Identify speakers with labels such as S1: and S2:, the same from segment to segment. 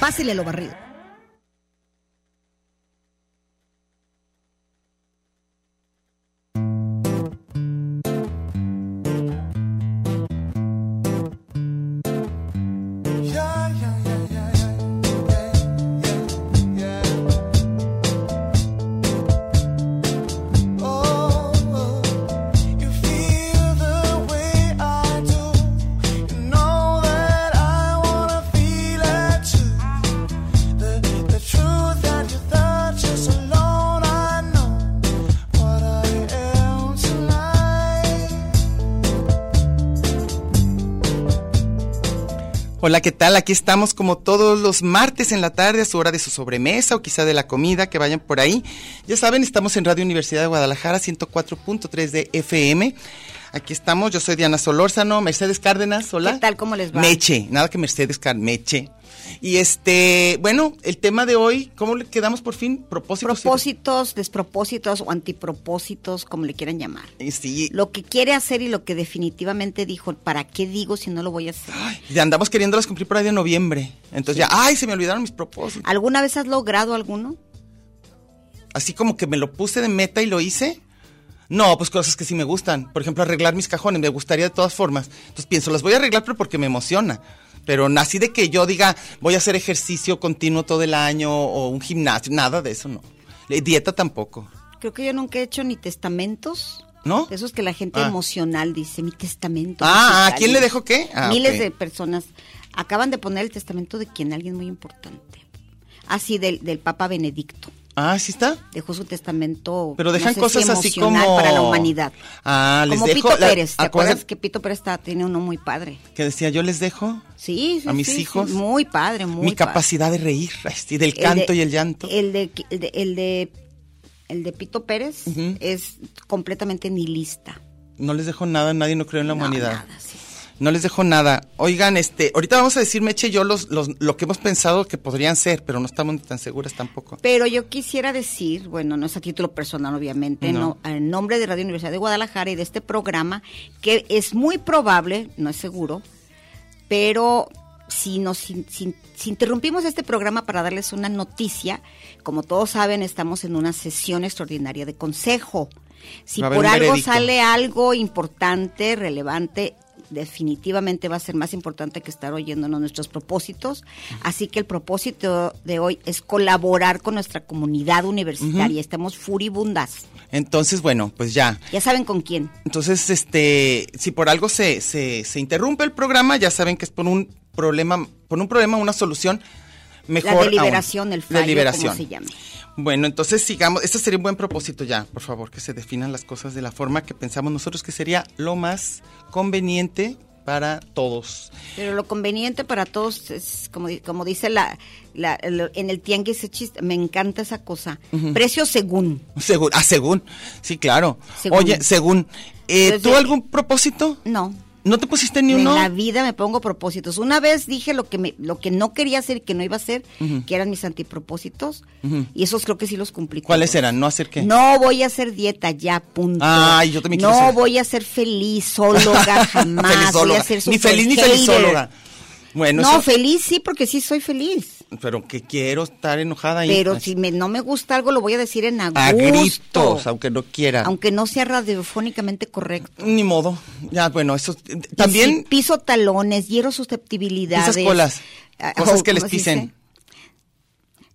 S1: Pásele lo barrido.
S2: Hola, ¿qué tal? Aquí estamos como todos los martes en la tarde a su hora de su sobremesa o quizá de la comida, que vayan por ahí. Ya saben, estamos en Radio Universidad de Guadalajara, 104.3 de FM. Aquí estamos, yo soy Diana Solórzano, Mercedes Cárdenas, hola.
S1: ¿Qué tal? ¿Cómo les va?
S2: Meche, nada que Mercedes Cárdenas, Meche. Y este, bueno, el tema de hoy, ¿cómo le quedamos por fin? Propósitos.
S1: Propósitos, despropósitos o antipropósitos, como le quieran llamar.
S2: Y- Eh, Sí,
S1: Lo que quiere hacer y lo que definitivamente dijo, ¿para qué digo si no lo voy a hacer?
S2: ay, y andamos queriéndolas cumplir por ahí de noviembre. Entonces ya, ay, se me olvidaron mis propósitos.
S1: ¿Alguna vez has logrado alguno?
S2: así como que me lo puse de meta y lo hice. No, pues cosas que sí me gustan. Por ejemplo, arreglar mis cajones, me gustaría de todas formas. Entonces pienso, las voy a arreglar pero porque me emociona. Pero así de que yo diga, voy a hacer ejercicio continuo todo el año o un gimnasio, nada de eso no. Le- Dieta tampoco,
S1: Creo que yo nunca he hecho ni testamentos.
S2: ¿no?
S1: De esos que la gente
S2: Ah.
S1: emocional dice, mi testamento.
S2: Ah,
S1: musical".
S2: ah, ¿quién le dejó qué? Ah,
S1: Miles
S2: ok.
S1: de personas acaban de poner el testamento de quien, alguien muy importante. Así, del, del Papa Benedicto.
S2: Ah, sí está.
S1: Dejó su testamento.
S2: Pero
S1: no
S2: dejan
S1: sé si
S2: cosas así
S1: emocional
S2: como-
S1: Para la humanidad.
S2: Ah, les
S1: como
S2: dejo
S1: Pito
S2: la-
S1: Pérez. ¿Te
S2: acuerdan-
S1: acuerdas que Pito Pérez está, tiene uno muy padre?
S2: Que decía, yo les dejo
S1: Sí, sí,
S2: A mis
S1: sí, sí,
S2: hijos.
S1: muy padre, muy
S2: mi
S1: padre.
S2: capacidad de reír, ay, sí, del
S1: El de-
S2: canto y el llanto.
S1: El de, el de, el de, el de Pito Pérez
S2: Ujú.
S1: es completamente nihilista.
S2: No les dejo nada, nadie no creo en la
S1: No,
S2: humanidad.
S1: nada, sí.
S2: No les dejo nada. Oigan, este, ahorita vamos a decir, Meche y yo, los, los, lo que hemos pensado que podrían ser, pero no estamos ni tan seguras tampoco.
S1: Pero yo quisiera decir, bueno, no es a título personal, obviamente,
S2: No.
S1: no. en nombre de Radio Universidad de Guadalajara y de este programa, que es muy probable, no es seguro, pero si nos si- si- si interrumpimos este programa para darles una noticia, como todos saben, estamos en una sesión extraordinaria de consejo. Si
S2: Va a haber
S1: por
S2: un
S1: algo
S2: veredicto.
S1: sale algo importante, relevante, definitivamente va a ser más importante que estar oyéndonos nuestros propósitos. Así que el propósito de hoy es colaborar con nuestra comunidad universitaria. Estamos furibundas.
S2: Entonces, bueno, pues ya.
S1: Ya saben con quién.
S2: Entonces, este, si por algo se, se, se interrumpe el programa, ya saben que es por un problema, por un problema, una solución mejor.
S1: la
S2: aún.
S1: deliberación, el fallo,
S2: deliberación.
S1: como se llame.
S2: Bueno, entonces sigamos. Este sería un buen propósito ya, por favor, que se definan las cosas de la forma que pensamos nosotros que sería lo más conveniente para todos.
S1: Pero lo conveniente para todos es, como, di- como dice la, la- el- en el tianguis, ese chiste, me encanta esa cosa. Precio según.
S2: Según, ah, según. Sí, claro.
S1: Según.
S2: Oye, según. Eh,
S1: Desde-
S2: ¿Tú algún propósito?
S1: No.
S2: ¿No te pusiste ni
S1: en
S2: uno?
S1: la vida me pongo propósitos. Una vez dije lo que me, lo que no quería hacer y que no iba a hacer, que eran mis antipropósitos, y esos creo que sí los cumplí.
S2: ¿Cuáles
S1: todos.
S2: eran? ¿No hacer qué?
S1: No voy a hacer dieta ya, punto.
S2: Ay, yo también quiero
S1: No
S2: ser-
S1: voy a ser felizóloga jamás. Voy
S2: Felizóloga.
S1: a ser
S2: Ni
S1: super
S2: feliz ni
S1: hater.
S2: felizóloga. Bueno,
S1: no,
S2: eso-
S1: feliz sí, porque sí soy feliz.
S2: pero que quiero estar enojada ahí.
S1: Pero
S2: Ay,
S1: si me, no me gusta algo, lo voy a decir en
S2: A
S1: agosto.
S2: gritos, aunque no quiera.
S1: Aunque no sea radiofónicamente correcto.
S2: Ni modo. Ya, bueno, eso.
S1: Y si
S2: También.
S1: piso talones, hiero susceptibilidades.
S2: Pisas colas,
S1: Ah,
S2: cosas
S1: o
S2: que les
S1: ¿cómo se
S2: pisen.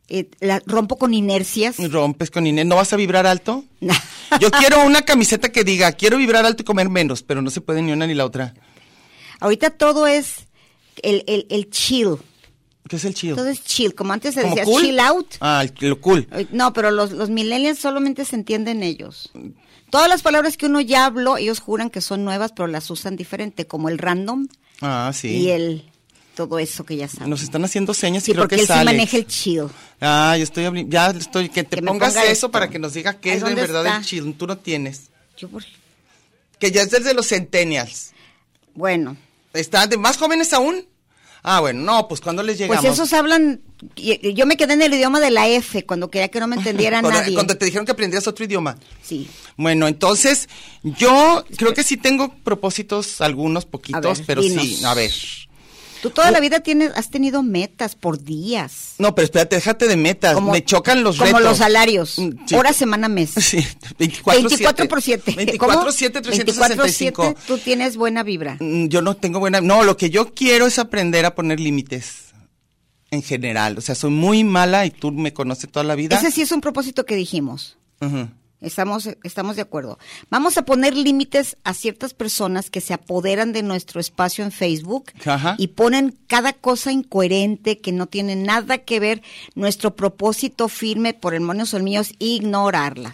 S1: dice? eh, la- rompo con inercias.
S2: Rompes con Inés, ¿no vas a vibrar alto? Yo quiero una camiseta que diga, quiero vibrar alto y comer menos, pero no se puede ni una ni la otra.
S1: Ahorita todo es el, el, el chill.
S2: ¿Qué es el chido?
S1: Todo es chill. Como antes se
S2: ¿Como
S1: decía
S2: cool?
S1: chill out.
S2: Ah, el- lo cool.
S1: Ay, No, pero los, los millennials solamente se entienden ellos. Todas las palabras que uno ya habló, ellos juran que son nuevas, pero las usan diferente, como el random
S2: Ah, sí.
S1: y el todo eso que ya saben.
S2: Nos están haciendo señas
S1: sí,
S2: y creo
S1: porque
S2: que
S1: él
S2: es
S1: sí
S2: Alex.
S1: maneja el chill.
S2: Ah, yo estoy, habli- ya estoy, que te
S1: Que me
S2: pongas
S1: ponga
S2: eso
S1: esto.
S2: para que nos digas qué
S1: Ay,
S2: es de
S1: ¿dónde
S2: verdad
S1: está?
S2: el chill, tú no tienes.
S1: Yo por-
S2: Que ya es desde los centennials.
S1: Bueno,
S2: ¿Están de más jóvenes aún? Ah, bueno, no, pues cuando les llegamos.
S1: pues esos hablan. y- Yo me quedé en el idioma de la F cuando quería que no me entendiera
S2: cuando,
S1: nadie.
S2: cuando te dijeron que aprendías otro idioma.
S1: Sí.
S2: Bueno, entonces yo creo que sí tengo propósitos, algunos poquitos,
S1: ver,
S2: pero sí,
S1: dinos.
S2: a ver.
S1: Tú toda la vida tienes, has tenido metas por días.
S2: No, pero espérate, déjate de metas.
S1: Como-
S2: Me chocan los
S1: como
S2: retos.
S1: los salarios.
S2: Mm, sí.
S1: Hora, semana, mes.
S2: Sí, 24,
S1: 24 por 7.
S2: 24 7, 365.
S1: tú tienes buena vibra.
S2: Mm, Yo no tengo buena. No, lo que yo quiero es aprender a poner límites en general. O sea, soy muy mala y tú me conoces toda la vida.
S1: Ese sí es un propósito que dijimos.
S2: Ujú.
S1: Estamos, estamos de acuerdo. Vamos a poner límites a ciertas personas que se apoderan de nuestro espacio en Facebook
S2: Ajá.
S1: y ponen cada cosa incoherente que no tiene nada que ver. Nuestro propósito firme, por el mono o el mío, es ignorarlas.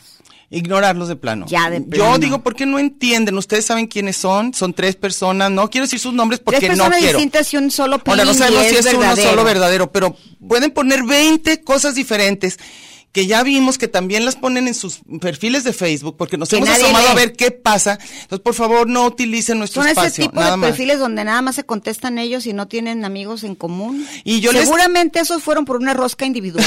S2: Ignorarlos de plano.
S1: Ya, de
S2: Yo
S1: plano.
S2: digo, ¿por qué no entienden? Ustedes saben quiénes son. Son tres personas. No quiero decir sus nombres porque
S1: Tres
S2: no
S1: personas
S2: quiero.
S1: distintas y un solo
S2: Ahora, no
S1: pelín y
S2: sabemos si es
S1: verdadero.
S2: uno solo verdadero, pero pueden poner 20 cosas diferentes que ya vimos que también las ponen en sus perfiles de Facebook porque nos
S1: Que
S2: hemos
S1: nadie
S2: asomado
S1: lee.
S2: a ver qué pasa. Entonces, por favor, no utilicen nuestro
S1: Son ese
S2: espacio.
S1: tipo
S2: nada
S1: de
S2: más.
S1: perfiles donde nada más se contestan ellos y no tienen amigos en común.
S2: Y yo les-
S1: Seguramente esos fueron por una rosca individual.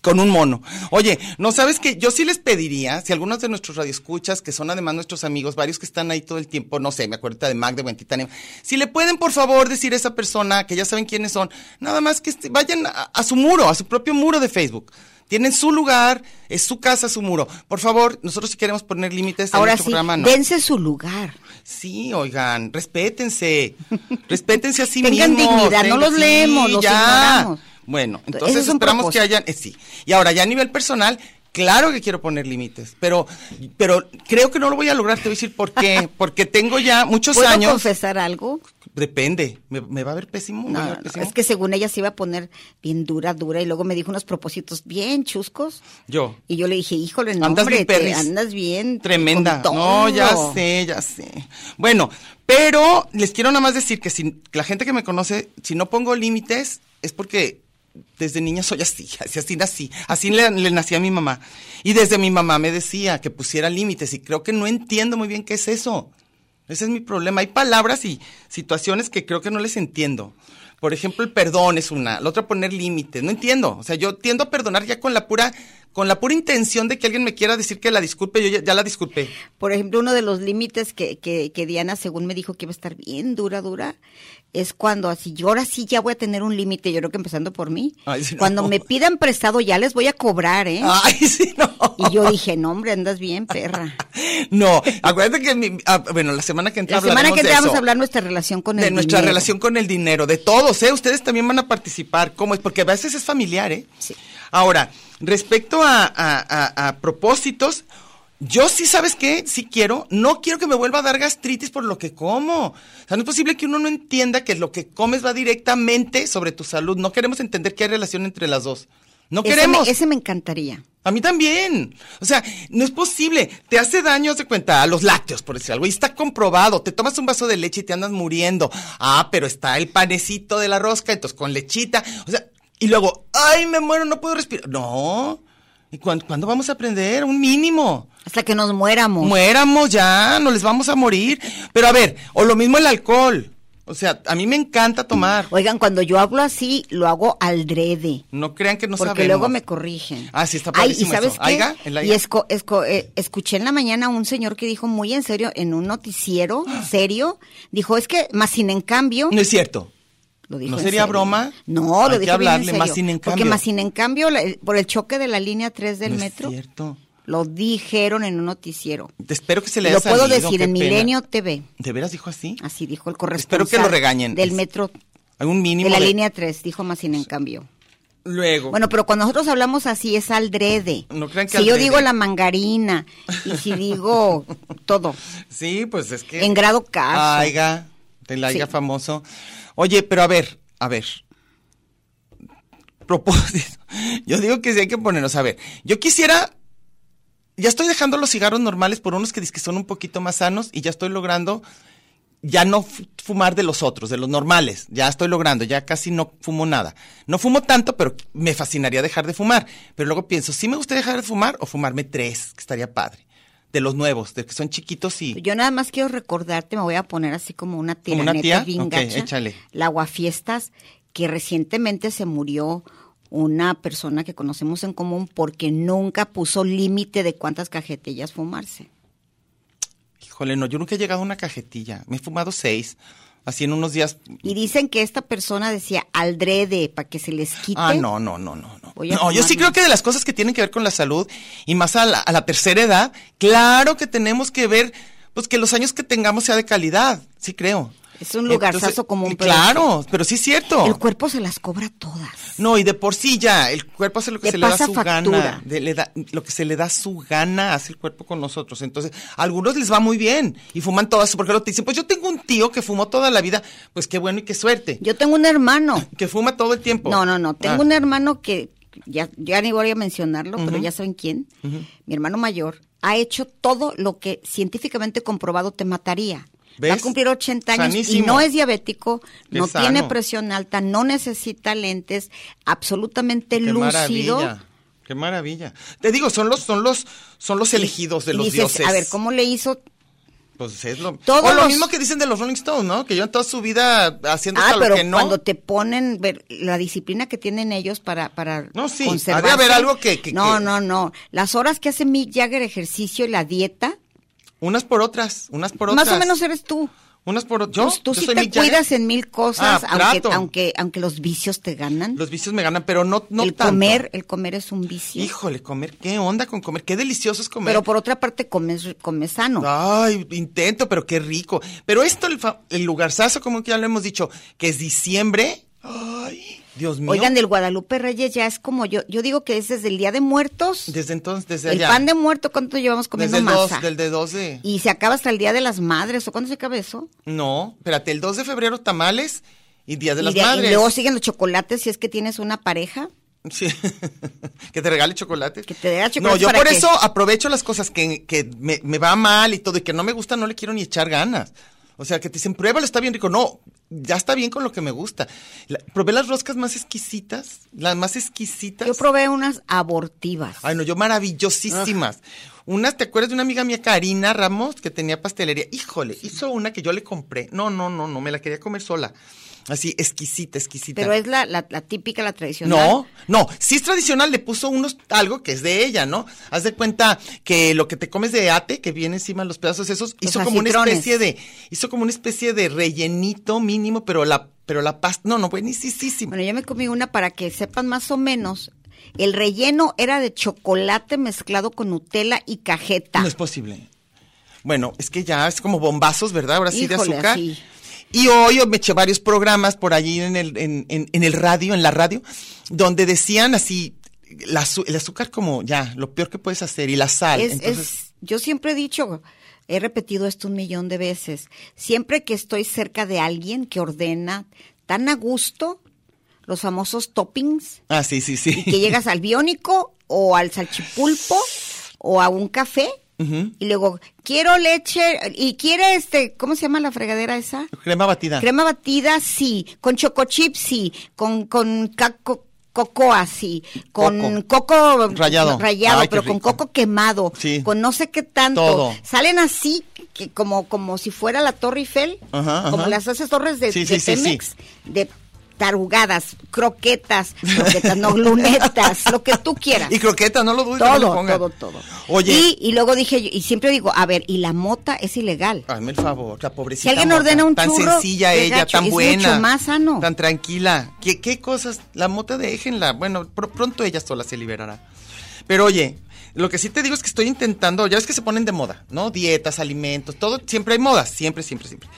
S2: con un mono. Oye, ¿no sabes que yo sí les pediría, si algunos de nuestros radioescuchas, que son además nuestros amigos, varios que están ahí todo el tiempo, no sé, me acuerdo ahorita de Mac, de Buentitania, si le pueden por favor decir a esa persona, que ya saben quiénes son, nada más que este- vayan a, a su muro, a su propio muro de Facebook. Tienen su lugar, es su casa, su muro. Por favor, nosotros si queremos poner límites a
S1: Ahora
S2: nuestro
S1: sí,
S2: este programa, no.
S1: dense su lugar.
S2: Sí, oigan, respétense. Respétense a sí
S1: Tengan
S2: mismos.
S1: dignidad, no los leemos, los ignoramos.
S2: Bueno,
S1: Ese
S2: entonces
S1: es un
S2: esperamos
S1: propósito.
S2: que hayan, eh, sí. Y ahora ya a nivel personal, claro que quiero poner límites, pero pero creo que no lo voy a lograr, te voy a decir por qué, porque tengo ya muchos
S1: ¿Puedo
S2: años.
S1: confesar algo?
S2: Depende, me, me va a ver pésimo, me
S1: No,
S2: va a
S1: no,
S2: ver
S1: no,
S2: pésimo?
S1: es que según ella se iba a poner bien dura, dura, y luego me dijo unos propósitos bien chuscos.
S2: yo
S1: Y yo le dije, híjole, no,
S2: Andas
S1: hombre,
S2: bien
S1: te
S2: perris.
S1: andas bien.
S2: Tremenda.
S1: con
S2: No, ya
S1: todo.
S2: sé, ya sé. Bueno, pero les quiero nada más decir que si la gente que me conoce, si no pongo límites, es porque desde niña soy así, así, así nací. Así le, le nací a mi mamá. Y desde mi mamá me decía que pusiera límites y creo que no entiendo muy bien qué es eso. Ese es mi problema. Hay palabras y situaciones que creo que no les entiendo. Por ejemplo, el perdón es una, la otra poner límites. No entiendo. O sea, yo tiendo a perdonar ya con la pura, con la pura intención de que alguien me quiera decir que la disculpe, yo ya, ya la disculpé.
S1: Por ejemplo, uno de los límites que, que, que Diana, según me dijo que iba a estar bien dura, dura, es cuando así, yo ahora sí ya voy a tener un límite, yo creo que empezando por mí.
S2: Ay, sí, no. Ah.
S1: Cuando me pidan prestado ya les voy a cobrar, ¿eh?
S2: Ay, sí, no.
S1: Y yo dije, no, hombre, andas bien, perra.
S2: No, acuérdate que, mi- ah, bueno, la semana que entra
S1: La semana
S2: hablaremos
S1: que
S2: de
S1: entra vamos
S2: eso.
S1: a hablar nuestra relación con el
S2: de nuestra
S1: dinero.
S2: relación con el dinero, de todos, ¿eh? Ustedes también van a participar, ¿cómo es? Porque a veces es familiar, ¿eh?
S1: Sí.
S2: Ahora, respecto a, a- a- a propósitos, yo sí, ¿sabes qué? Sí quiero, no quiero que me vuelva a dar gastritis por lo que como. O sea, no es posible que uno no entienda que lo que comes va directamente sobre tu salud. No queremos entender que hay relación entre las dos. No
S1: Ese me-
S2: queremos.
S1: Ese me encantaría.
S2: A mí también. O sea, no es posible. Te hace daño, haz de cuenta, a los lácteos, por decir algo. Y está comprobado. Te tomas un vaso de leche y te andas muriendo. Ah, pero está el panecito de la rosca, entonces con lechita. O sea, y luego, ay, me muero, no puedo respirar. No. ¿Y cuán- cuándo vamos a aprender? Un mínimo.
S1: Hasta que nos muéramos.
S2: Muéramos ya, no les vamos a morir. Pero a ver, o lo mismo el alcohol. O sea, a mí me encanta tomar.
S1: Oigan, cuando yo hablo así, lo hago al drede.
S2: No crean que no
S1: porque
S2: sabemos.
S1: luego me corrigen.
S2: Ah, sí, está
S1: Ay, ¿y
S2: padrísimo
S1: sabes
S2: eso.
S1: qué?
S2: Aiga, el aiga.
S1: Y esco- esco- eh, escuché en la mañana a un señor que dijo muy en serio, en un noticiero serio, dijo, es que, más sin en cambio,
S2: No es cierto.
S1: lo dijo
S2: ¿No
S1: en
S2: sería
S1: serio.
S2: broma?
S1: No,
S2: Hay
S1: lo
S2: que
S1: dijo bien en
S2: hablarle,
S1: serio,
S2: más sin en
S1: Porque
S2: cambio.
S1: más sin en cambio, la- eh, por el choque de la línea 3 del
S2: no
S1: metro,
S2: Es cierto.
S1: lo dijeron en un noticiero.
S2: Te espero que se le haya
S1: Lo puedo
S2: salido,
S1: decir
S2: qué
S1: en
S2: pena.
S1: Milenio TV.
S2: ¿De veras dijo así?
S1: Así dijo el
S2: que
S1: corresponsal.
S2: lo regañen. Pues,
S1: Del
S2: Es-
S1: metro,
S2: Hay un
S1: de
S2: mínimo
S1: la
S2: de-
S1: línea 3, dijo más sin en cambio.
S2: Luego.
S1: Bueno, pero cuando nosotros hablamos así es aldrede.
S2: No crean que
S1: si yo
S2: aldrede.
S1: digo la mangarina y si digo todo,
S2: sí, pues es que.
S1: en grado caso.
S2: Ah. Aiga, del Aiga
S1: Sí.
S2: famoso. Oye, pero a ver, a ver. Propósito. Yo digo que sí hay que ponernos. A ver, yo quisiera. Ya estoy dejando los cigarros normales por unos que dizque son un poquito más sanos y ya estoy logrando ya no fu- fumar de los otros, de los normales. Ya estoy logrando, ya casi no fumo nada. No fumo tanto, pero me fascinaría dejar de fumar. Pero luego pienso, ¿sí me gustaría dejar de fumar o fumarme tres? Que estaría padre. De los nuevos, de que son chiquitos y...
S1: Yo nada más quiero recordarte, me voy a poner así como una
S2: ¿Como
S1: tiraneta
S2: una tía?
S1: bien
S2: Ok,
S1: gacha,
S2: échale.
S1: La aguafiestas, que recientemente se murió una persona que conocemos en común porque nunca puso límite de cuántas cajetillas fumarse.
S2: Híjole, no, yo nunca he llegado a una cajetilla. Me he fumado seis. Así en unos días.
S1: Y dicen que esta persona decía aldrede para que se les quite.
S2: Ah, no, no, no, no, no.
S1: Voy a
S2: No, yo sí
S1: fumarme.
S2: creo que de las cosas que tienen que ver con la salud y más a la, a la tercera edad, claro que tenemos que ver, pues que los años que tengamos sea de calidad. Sí creo.
S1: Es un lugarzazo
S2: Entonces,
S1: común. pero
S2: Claro, pero sí es cierto.
S1: El cuerpo se las cobra todas.
S2: No, y de por sí ya, el cuerpo hace lo que
S1: Le
S2: se le da
S1: pasa
S2: su
S1: factura.
S2: gana. de- le da- lo que se le da su gana hace el cuerpo con nosotros. Entonces, a algunos les va muy bien y fuman todas, porque lo te dicen, pues yo tengo un tío que fumó toda la vida, pues qué bueno y qué suerte.
S1: Yo tengo un hermano.
S2: Que fuma todo el tiempo.
S1: No, no, no. Tengo
S2: Ah,
S1: un hermano que ya, ya ni voy a mencionarlo, pero ya saben quién. Mi hermano mayor ha hecho todo lo que científicamente comprobado te mataría. Va a
S2: ¿Ves?
S1: cumplir 80 años y
S2: Sanísimo.
S1: no es diabético,
S2: Qué
S1: no tiene
S2: sano.
S1: presión alta, no necesita lentes, absolutamente
S2: Qué
S1: lúcido.
S2: maravilla. Qué maravilla. Te digo, son los, son los, son los elegidos de
S1: Y
S2: los
S1: dices,
S2: dioses.
S1: A ver, ¿cómo le hizo?
S2: Pues es lo,
S1: Todos
S2: o lo
S1: los-
S2: mismo que dicen de los Rolling Stones, ¿no? Que llevan toda su vida haciendo
S1: Ah,
S2: hasta
S1: pero
S2: lo que no.
S1: cuando te ponen ver la disciplina que tienen ellos para para
S2: No, sí,
S1: conservarse.
S2: ha de haber algo que- que-
S1: no,
S2: que-
S1: no, no. Las horas que hace Mick Jagger ejercicio y la dieta,
S2: Unas por otras, unas por
S1: más
S2: otras.
S1: o menos eres tú.
S2: Unas por otras. Yo,
S1: Pues tú
S2: yo
S1: sí
S2: soy
S1: te
S2: Mick Jagger.
S1: cuidas en mil cosas,
S2: Ah,
S1: aunque,
S2: trato.
S1: aunque aunque los vicios te ganan.
S2: Los vicios me ganan, pero no, no
S1: el
S2: tanto.
S1: comer, el comer es un vicio.
S2: Híjole, comer, qué onda con comer, qué delicioso es comer.
S1: Pero pues, por otra parte comes comes sano.
S2: Ay, intento, pero qué rico. Pero esto, el, fa- el lugarzazo, como que ya lo hemos dicho, que es diciembre. Ay, Dios mío.
S1: Oigan, el Guadalupe Reyes ya es como yo yo digo que es desde el Día de Muertos.
S2: desde entonces, desde
S1: el
S2: allá.
S1: pan de muerto, ¿cuánto llevamos comiendo
S2: desde el
S1: masa?
S2: 2, del de 2 de...
S1: Y se acaba hasta el Día de las Madres, ¿o cuándo se acaba eso?
S2: No, espérate, el 2 de febrero tamales y Día de
S1: y,
S2: las
S1: de- y
S2: Madres.
S1: luego siguen los chocolates si es que tienes una pareja.
S2: Sí. que te regale chocolate.
S1: Que te dé la chocolate
S2: No, yo
S1: para
S2: por
S1: que-
S2: eso aprovecho las cosas que, que me, me va mal y todo, y que no me gusta, no le quiero ni echar ganas. O sea, que te dicen, pruébalo, está bien rico. No, ya está bien con lo que me gusta. La- probé las roscas más exquisitas, las más exquisitas.
S1: Yo probé unas abortivas.
S2: Ay, no, yo maravillosísimas.
S1: Ah.
S2: Unas, ¿te acuerdas de una amiga mía, Karina Ramos, que tenía pastelería? Híjole, hizo una que yo le compré. No, no, no, no, me la quería comer sola. Así, exquisita, exquisita.
S1: pero es la, la- la típica, la tradicional.
S2: No, no, sí es tradicional, le puso unos, algo que es de ella, ¿no? Haz de cuenta que lo que te comes de ate, que viene encima los pedazos esos,
S1: Los
S2: hizo como una
S1: acitrones.
S2: especie de, hizo como una especie de rellenito mínimo, pero la, pero la pasta, no, no, buenísimo.
S1: Bueno, yo me comí una para que sepan más o menos. El relleno era de chocolate mezclado con Nutella y cajeta.
S2: No es posible. Bueno, es que ya es como bombazos, ¿verdad? Ahora sí de
S1: Híjole,
S2: azúcar.
S1: así.
S2: Y hoy me eché varios programas por allí en el, en, en- en el radio, en la radio, donde decían así, la azu- el azúcar como ya, lo peor que puedes hacer, y la sal.
S1: Es-
S2: Entonces,
S1: es- yo siempre he dicho, he repetido esto un millón de veces, siempre que estoy cerca de alguien que ordena tan a gusto los famosos toppings,
S2: Ah, sí, sí, sí.
S1: que llegas al biónico o al salchipulpo o a un café y luego quiero leche y quiere este, ¿cómo se llama la fregadera esa?
S2: Crema batida.
S1: Crema batida, sí. Con choco chip, sí. Con, con caco- cocoa, sí. Con coco,
S2: Rallado.
S1: rallado,
S2: Ay, qué
S1: pero con
S2: rico.
S1: coco quemado.
S2: Sí.
S1: Con no sé qué tanto.
S2: Todo.
S1: Salen así, que como, como si fuera la Torre Eiffel.
S2: Ajá, ajá.
S1: Como las esas torres de,
S2: Sí,
S1: de
S2: sí, sí,
S1: Pemex. De tarugadas, croquetas, croquetas, no, lunetas, lo que tú quieras.
S2: Y croqueta, no lo dudes. no le
S1: todo,
S2: pongan.
S1: todo, todo.
S2: Oye,
S1: Y, y luego dije, yo- y siempre digo, a ver, y la mota es ilegal.
S2: hazme el favor, la pobrecita.
S1: Si alguien
S2: mota,
S1: ordena un
S2: tan
S1: churro,
S2: sencilla
S1: qué
S2: ella,
S1: gacho,
S2: tan
S1: es
S2: buena.
S1: mucho más sano.
S2: Tan tranquila. ¿Qué, qué cosas? La mota déjenla. Bueno, pr- pronto ella sola se liberará. Pero oye, lo que sí te digo es que estoy intentando, ya ves que se ponen de moda, ¿no? Dietas, alimentos, todo, siempre hay modas, siempre, siempre, siempre.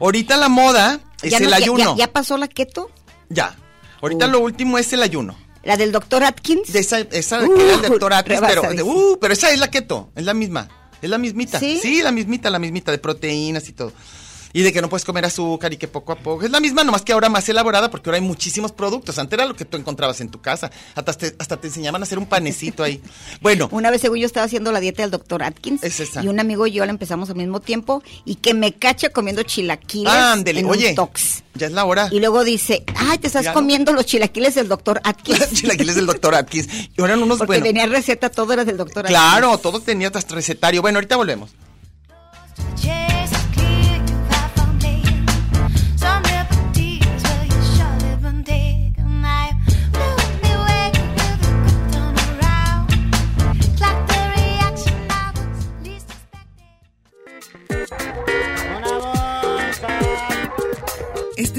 S2: Ahorita la moda es
S1: no-
S2: el ayuno.
S1: ya- ya pasó la keto?
S2: Ya. Ahorita
S1: Uh.
S2: lo último es el ayuno.
S1: La del doctor Atkins.
S2: De esa, esa
S1: Uh,
S2: que era el doctor Atkins, pero, de-
S1: rebasadísimo.
S2: uh, pero esa es la keto, es la misma, es la mismita.
S1: ¿Sí?
S2: la mismita, la mismita, de proteínas y todo. Y de que no puedes comer azúcar y que poco a poco. Es la misma, nomás que ahora más elaborada porque ahora hay muchísimos productos. Antes era lo que tú encontrabas en tu casa. Hasta te, hasta te enseñaban a hacer un panecito ahí. Bueno,
S1: Una vez, según yo, estaba haciendo la dieta del doctor Atkins.
S2: Es esa.
S1: Y un amigo y yo la empezamos al mismo tiempo. Y que me cacha comiendo chilaquiles.
S2: ándele,
S1: en un
S2: oye,
S1: tox.
S2: ya es la hora.
S1: Y luego dice, ay, te estás
S2: Ya no.
S1: comiendo los chilaquiles del doctor Atkins.
S2: Chilaquiles del doctor Atkins. Y eran unos
S1: Porque
S2: buenos.
S1: tenía receta, todo era del doctor Atkins.
S2: Claro, todo tenía hasta recetario. Bueno, ahorita volvemos.
S3: Chase is clear, you have found it. Some liberties will you surely one day deny. Blew me away with a quick turnaround. Like the reaction I was least expecting.
S4: Este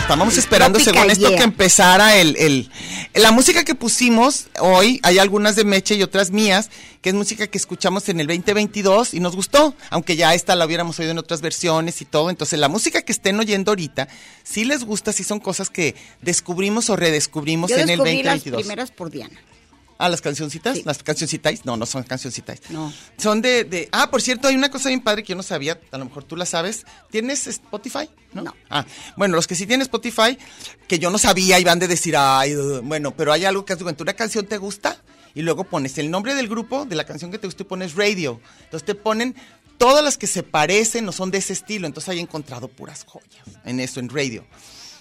S2: Estábamos esperando,
S1: Trópica
S2: según esto,
S1: Yea.
S2: que empezara el, el- La música que pusimos hoy, hay algunas de Meche y otras mías, que es música que escuchamos en el 2022 y nos gustó, aunque ya esta la hubiéramos oído en otras versiones y todo. Entonces, la música que estén oyendo ahorita, sí les gusta, sí son cosas que descubrimos o redescubrimos
S1: Yo
S2: en el
S1: descubrí
S2: 2022.
S1: las primeras por Diana.
S2: Ah, las cancioncitas,
S1: Sí.
S2: las cancioncitas, no, no son cancioncitas.
S1: No.
S2: Son de, de- Ah, por cierto, hay una cosa bien padre que yo no sabía, a lo mejor tú la sabes. ¿Tienes Spotify?
S1: No.
S2: Ah, bueno, los que sí tienen Spotify, que yo no sabía, y van de decir, ay, uh, bueno, pero hay algo que haces cuando una canción te gusta y luego pones el nombre del grupo, de la canción que te gusta y pones radio. Entonces te ponen todas las que se parecen o son de ese estilo. Entonces ahí he encontrado puras joyas en eso, en radio.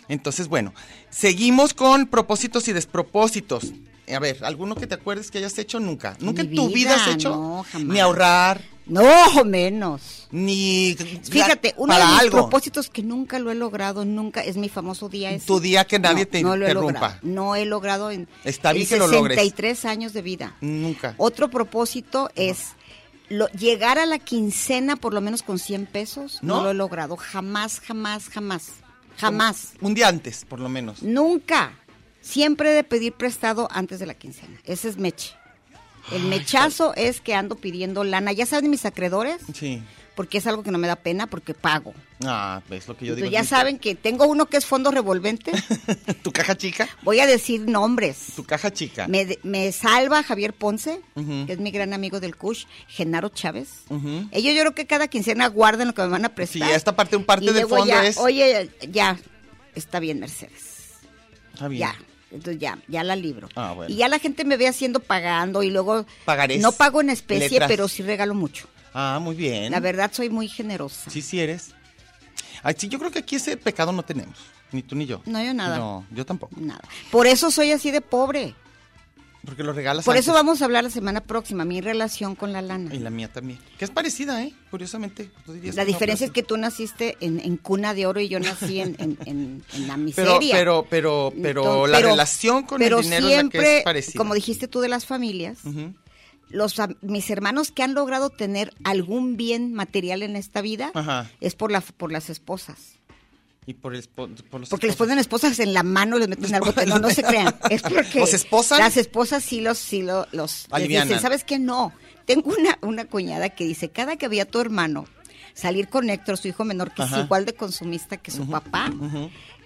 S2: Entonces, bueno, seguimos con propósitos y despropósitos. A ver, ¿alguno que te acuerdes que hayas hecho nunca? ¿Nunca
S1: Mi
S2: en tu vida, has
S1: vida,
S2: hecho?
S1: no, jamás.
S2: Ni ahorrar,
S1: No, menos.
S2: ni.
S1: Fíjate,
S2: la-
S1: uno de
S2: para
S1: mis
S2: algo.
S1: propósitos que nunca lo he logrado, nunca, es mi famoso día. ese.
S2: Tu día que nadie te
S1: lo he
S2: interrumpa.
S1: logrado, no he logrado en,
S2: Está bien
S1: en
S2: que lo logres.
S1: 63 años de vida.
S2: Nunca.
S1: Otro propósito es lo- llegar a la quincena por lo menos con 100 pesos. ¿No?
S2: ¿No?
S1: lo he logrado. Jamás, jamás, jamás. Jamás.
S2: Un día antes, por lo menos.
S1: Nunca. Siempre he de pedir prestado antes de la quincena. Ese es meche. El mechazo es que ando pidiendo lana. Ya saben mis acreedores,
S2: Sí.
S1: porque es algo que no me da pena, porque pago.
S2: Ah, ves lo que yo digo.
S1: Entonces, Pues ya
S2: es
S1: saben que tengo uno que es fondo revolvente.
S2: mi- tu caja chica,
S1: Voy a decir nombres.
S2: tu caja chica.
S1: Me, de- me salva Javier Ponce,
S2: Ujú.
S1: que es mi gran amigo del CUSH, Genaro Chávez.
S2: Ujú.
S1: Ellos yo creo que cada quincena guardan lo que me van a prestar.
S2: Sí, esta parte, un parte
S1: Y
S2: del
S1: luego
S2: fondo
S1: ya,
S2: es-
S1: Oye, ya, está bien, Mercedes.
S2: Está bien.
S1: Ya. Entonces ya, ya la libro.
S2: Ah, bueno.
S1: Y ya la gente me ve haciendo pagando y luego...
S2: Pagarés,
S1: No pago en especie,
S2: letras.
S1: pero sí regalo mucho.
S2: Ah, muy bien.
S1: La verdad, soy muy generosa.
S2: Sí, sí eres. Ay, sí, yo creo que aquí ese pecado no tenemos. Ni tú ni yo.
S1: No, yo nada.
S2: No, yo tampoco.
S1: Nada. Por eso soy así de pobre.
S2: Porque lo regalas
S1: Por
S2: antes.
S1: eso vamos a hablar la semana próxima, mi relación con la lana.
S2: Y la mía también. Que es parecida, ¿eh? Curiosamente. tú dirías
S1: La
S2: que no,
S1: diferencia es que
S2: pero-
S1: tú naciste en, en cuna de oro y yo nací en, en- en- en la
S2: Pero,
S1: miseria.
S2: pero, pero, pero
S1: Entonces,
S2: la
S1: pero-
S2: relación con
S1: pero
S2: el dinero
S1: siempre,
S2: es la que es parecida.
S1: como dijiste tú de las familias,
S2: Ujú.
S1: los am- mis hermanos que han logrado tener algún bien material en esta vida
S2: Ajá.
S1: es por la por las esposas.
S2: Y por, el, espo- por los
S1: Porque les
S2: esposos.
S1: ponen esposas en la mano y les meten al bote. No, no se crean. Es porque.
S2: ¿Los esposan?
S1: Las esposas sí los. Sí lo- los les
S2: Alivianan.
S1: dicen, ¿sabes qué? No. Tengo una, una cuñada que dice: cada que veía a tu hermano salir con Héctor, su hijo menor, que
S2: Ajá.
S1: es igual de consumista que su papá.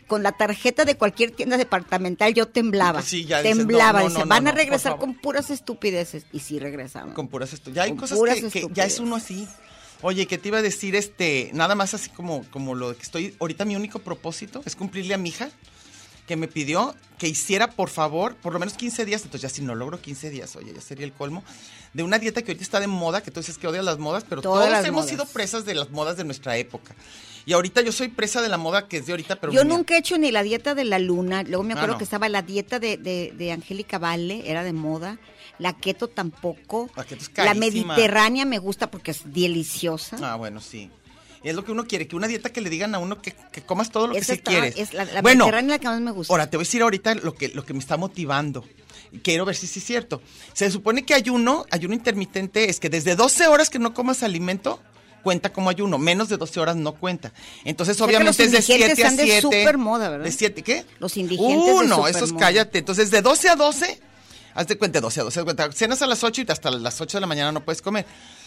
S1: Con la tarjeta de cualquier tienda departamental yo temblaba.
S2: Sí, ya dices,
S1: temblaba.
S2: no, no,
S1: dice,
S2: no, no,
S1: van
S2: no,
S1: a
S2: por
S1: regresar
S2: favor.
S1: con puras estupideces. Y sí regresaban.
S2: Con puras estu- Ya hay
S1: Con
S2: cosas
S1: puras
S2: que, que ya es uno así. Oye, que te iba a decir, este, nada más así como, como lo que estoy. Ahorita mi único propósito es cumplirle a mi hija que me pidió que hiciera, por favor, por lo menos 15 días. Entonces, ya si no logro 15 días, oye, ya sería el colmo. De una dieta que ahorita está de moda, que tú dices que odias las modas, pero
S1: Todas
S2: todos
S1: las
S2: hemos
S1: modas.
S2: sido presas de las modas de nuestra época. Y ahorita yo soy presa de la moda que es de ahorita, pero.
S1: Yo
S2: mía.
S1: nunca he hecho ni la dieta de la luna. Luego me
S2: Ah,
S1: acuerdo
S2: no.
S1: que estaba la dieta de, de, de Angélica Vale, era de moda. La keto tampoco.
S2: La keto es
S1: la
S2: carísima.
S1: mediterránea me gusta porque es deliciosa.
S2: Ah, bueno, sí. Es lo que uno quiere, que una dieta que le digan a uno que, que comas todo lo que
S1: Esa
S2: se
S1: está-
S2: quiere.
S1: es la, la
S2: bueno,
S1: mediterránea la que más me gusta.
S2: ahora te voy a decir ahorita lo que, lo que me está motivando. Y Quiero ver si sí es cierto. Se supone que ayuno, ayuno intermitente, es que desde 12 horas que no comas alimento, cuenta como ayuno. Menos de 12 horas no cuenta. Entonces,
S1: sea que
S2: obviamente,
S1: los
S2: es de
S1: indigentes
S2: 7 a
S1: están de
S2: 7.
S1: supermoda, ¿verdad?
S2: ¿De 7 qué?
S1: Los indigentes de
S2: Uh, no, esos
S1: supermoda.
S2: cállate. Entonces, de 12 a 12, haz de cuenta, 12 a 12, haz de cuenta. Cenas a las 8 y hasta las 8 de la mañana no puedes comer.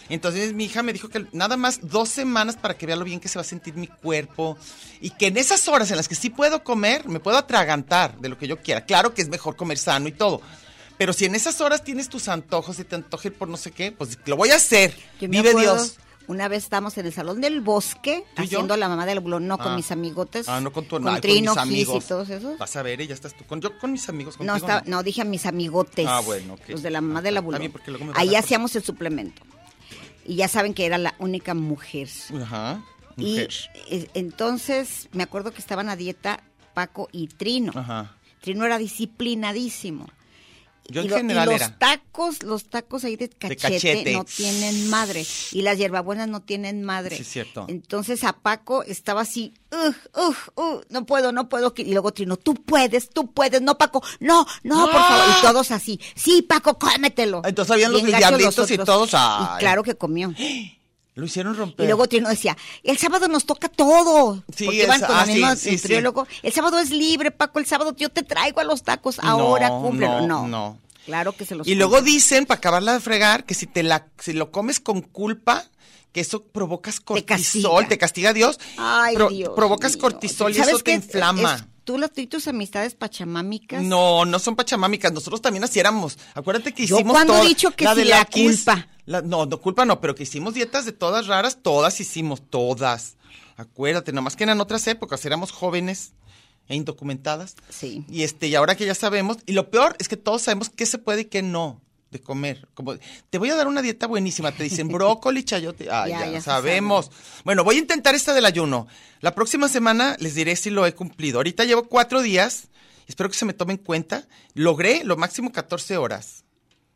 S2: Entonces, mi hija me dijo que nada más dos semanas para que vea lo bien que se va a sentir mi cuerpo. Y que en esas horas en las que sí puedo comer, me puedo atragantar de lo que yo quiera. Claro que es mejor comer sano y todo. Pero si en esas horas tienes tus antojos y te antoja ir por no sé qué, pues lo voy a hacer.
S1: Yo me
S2: Vive
S1: acuerdo,
S2: Dios.
S1: Una vez estábulón en el Salón del Bosque
S2: ¿Tú y yo?
S1: haciendo la mamá del bulón, no con
S2: Ah.
S1: mis amigotes.
S2: Ah, no con tu ay,
S1: Trino,
S2: mis
S1: Gis
S2: amigos.
S1: y todos esos.
S2: Vas a ver, y ya estás tú. Con, yo con mis amigos.
S1: No,
S2: contigo
S1: estaba- no, dije a mis amigotes.
S2: Ah, bueno, ok.
S1: Los de la mamá de la
S2: Está
S1: bulón.
S2: bien, porque luego me van
S1: Ahí
S2: a-
S1: hacíamos el suplemento. Y ya saben que era la única mujer.
S2: Ajá.
S1: Y
S2: mujer.
S1: eh, entonces me acuerdo que estaban a dieta Paco y Trino.
S2: Ajá.
S1: Trino era disciplinadísimo.
S2: Yo
S1: y,
S2: en
S1: lo- y
S2: general
S1: los
S2: era.
S1: tacos, los tacos ahí de cachete,
S2: cachete.
S1: no tienen madre. Y las hierbabuenas no tienen madre.
S2: Sí, es cierto.
S1: Entonces a Paco estaba así, "Ugh, ugh, ugh, no puedo, no puedo. Y luego Trino, tú puedes, tú puedes, no Paco, no, no, por favor. Y todos así, sí Paco, cómetelo.
S2: Entonces habían los
S1: Bien gachos
S2: diablitos y
S1: otros.
S2: todos,
S1: Y
S2: ay.
S1: claro que comió.
S2: Lo hicieron romper.
S1: Y luego Trino decía, el sábado nos toca todo.
S2: Sí,
S1: porque iban
S2: es-
S1: con la
S2: ah, sí,
S1: misma
S2: sí, sí.
S1: nutriólogo. El sábado es libre, Paco, el sábado yo te traigo a los tacos. Ahora
S2: No,
S1: cúmplelo.
S2: no,
S1: No,
S2: no.
S1: Claro que se los
S2: Y luego
S1: cumple.
S2: dicen, para acabarla de fregar, que si te la, si lo comes con culpa, que eso provocas cortisol,
S1: castiga.
S2: te castiga, Dios.
S1: Ay,
S2: pro-
S1: Dios
S2: Provocas
S1: mío.
S2: cortisol y
S1: ¿Sabes
S2: eso te
S1: qué?
S2: inflama.
S1: Es- tú las- tú y tus amistades pachamámicas.
S2: No, no son pachamámicas. Nosotros también así éramos. Acuérdate que
S1: Yo
S2: hicimos
S1: cuando he
S2: todas-
S1: dicho que sí,
S2: de
S1: la
S2: quis-
S1: culpa.
S2: la- no, no, culpa no, pero que hicimos dietas de todas raras, todas hicimos, todas. Acuérdate, nomás que eran otras épocas, éramos jóvenes e indocumentadas.
S1: Sí.
S2: Y este, y ahora que ya sabemos, y lo peor es que todos sabemos qué se puede y qué no de comer. Como, te voy a dar una dieta buenísima, te dicen brócoli, chayote. Ah,
S1: Ya,
S2: ya,
S1: ya se
S2: sabemos. Bueno, voy a intentar esta del ayuno. La próxima semana les diré si lo he cumplido. Ahorita llevo cuatro días, espero que se me tomen cuenta. Logré lo máximo 14 horas.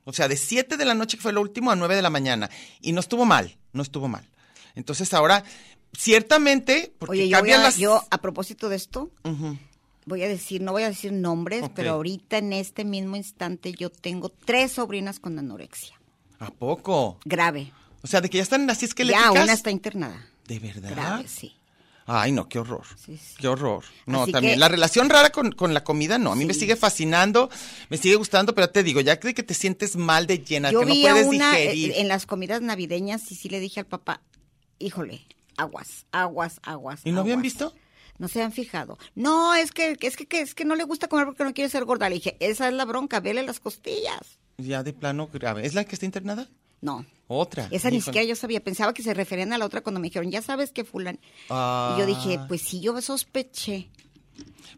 S2: O sea, de 7 de la noche, que fue lo último, a 9 de la mañana. Y no estuvo mal, no estuvo mal. Entonces ahora, ciertamente, porque
S1: Oye, yo, voy
S2: cambian
S1: a,
S2: las...
S1: yo, a propósito de esto,
S2: Ujú.
S1: voy a decir, no voy a decir nombres,
S2: Ok.
S1: pero ahorita en este mismo instante yo tengo tres sobrinas con anorexia.
S2: ¿A poco?
S1: Grave.
S2: O sea, de que ya están así
S1: Ya
S2: esqueléticas.
S1: una está internada.
S2: ¿De verdad?
S1: Grave, sí.
S2: Ay, no, qué horror.
S1: Sí, sí.
S2: Qué horror. No,
S1: Así
S2: también.
S1: que-
S2: La relación rara con, con la comida, no. A mí me
S1: Sí.
S2: sigue fascinando, me sigue gustando, pero te digo, ya que que te sientes mal de llena,
S1: Yo
S2: que no
S1: vi a
S2: puedes
S1: una eh,
S2: digerir.
S1: en las comidas navideñas y sí le dije al papá, híjole, aguas, aguas, aguas.
S2: ¿Y no habían
S1: aguas".
S2: visto?
S1: No se han fijado. No, es que, es que, que- es que no le gusta comer porque no quiere ser gorda. Le dije, esa es la bronca, vele las costillas.
S2: Ya de plano grave. ¿Es la que está internada?
S1: No.
S2: Otra.
S1: Esa ni
S2: Híjole.
S1: siquiera yo sabía, pensaba que se referían a la otra cuando me dijeron, ya sabes que fulan.
S2: Ah.
S1: Y yo dije, pues sí, yo sospeché.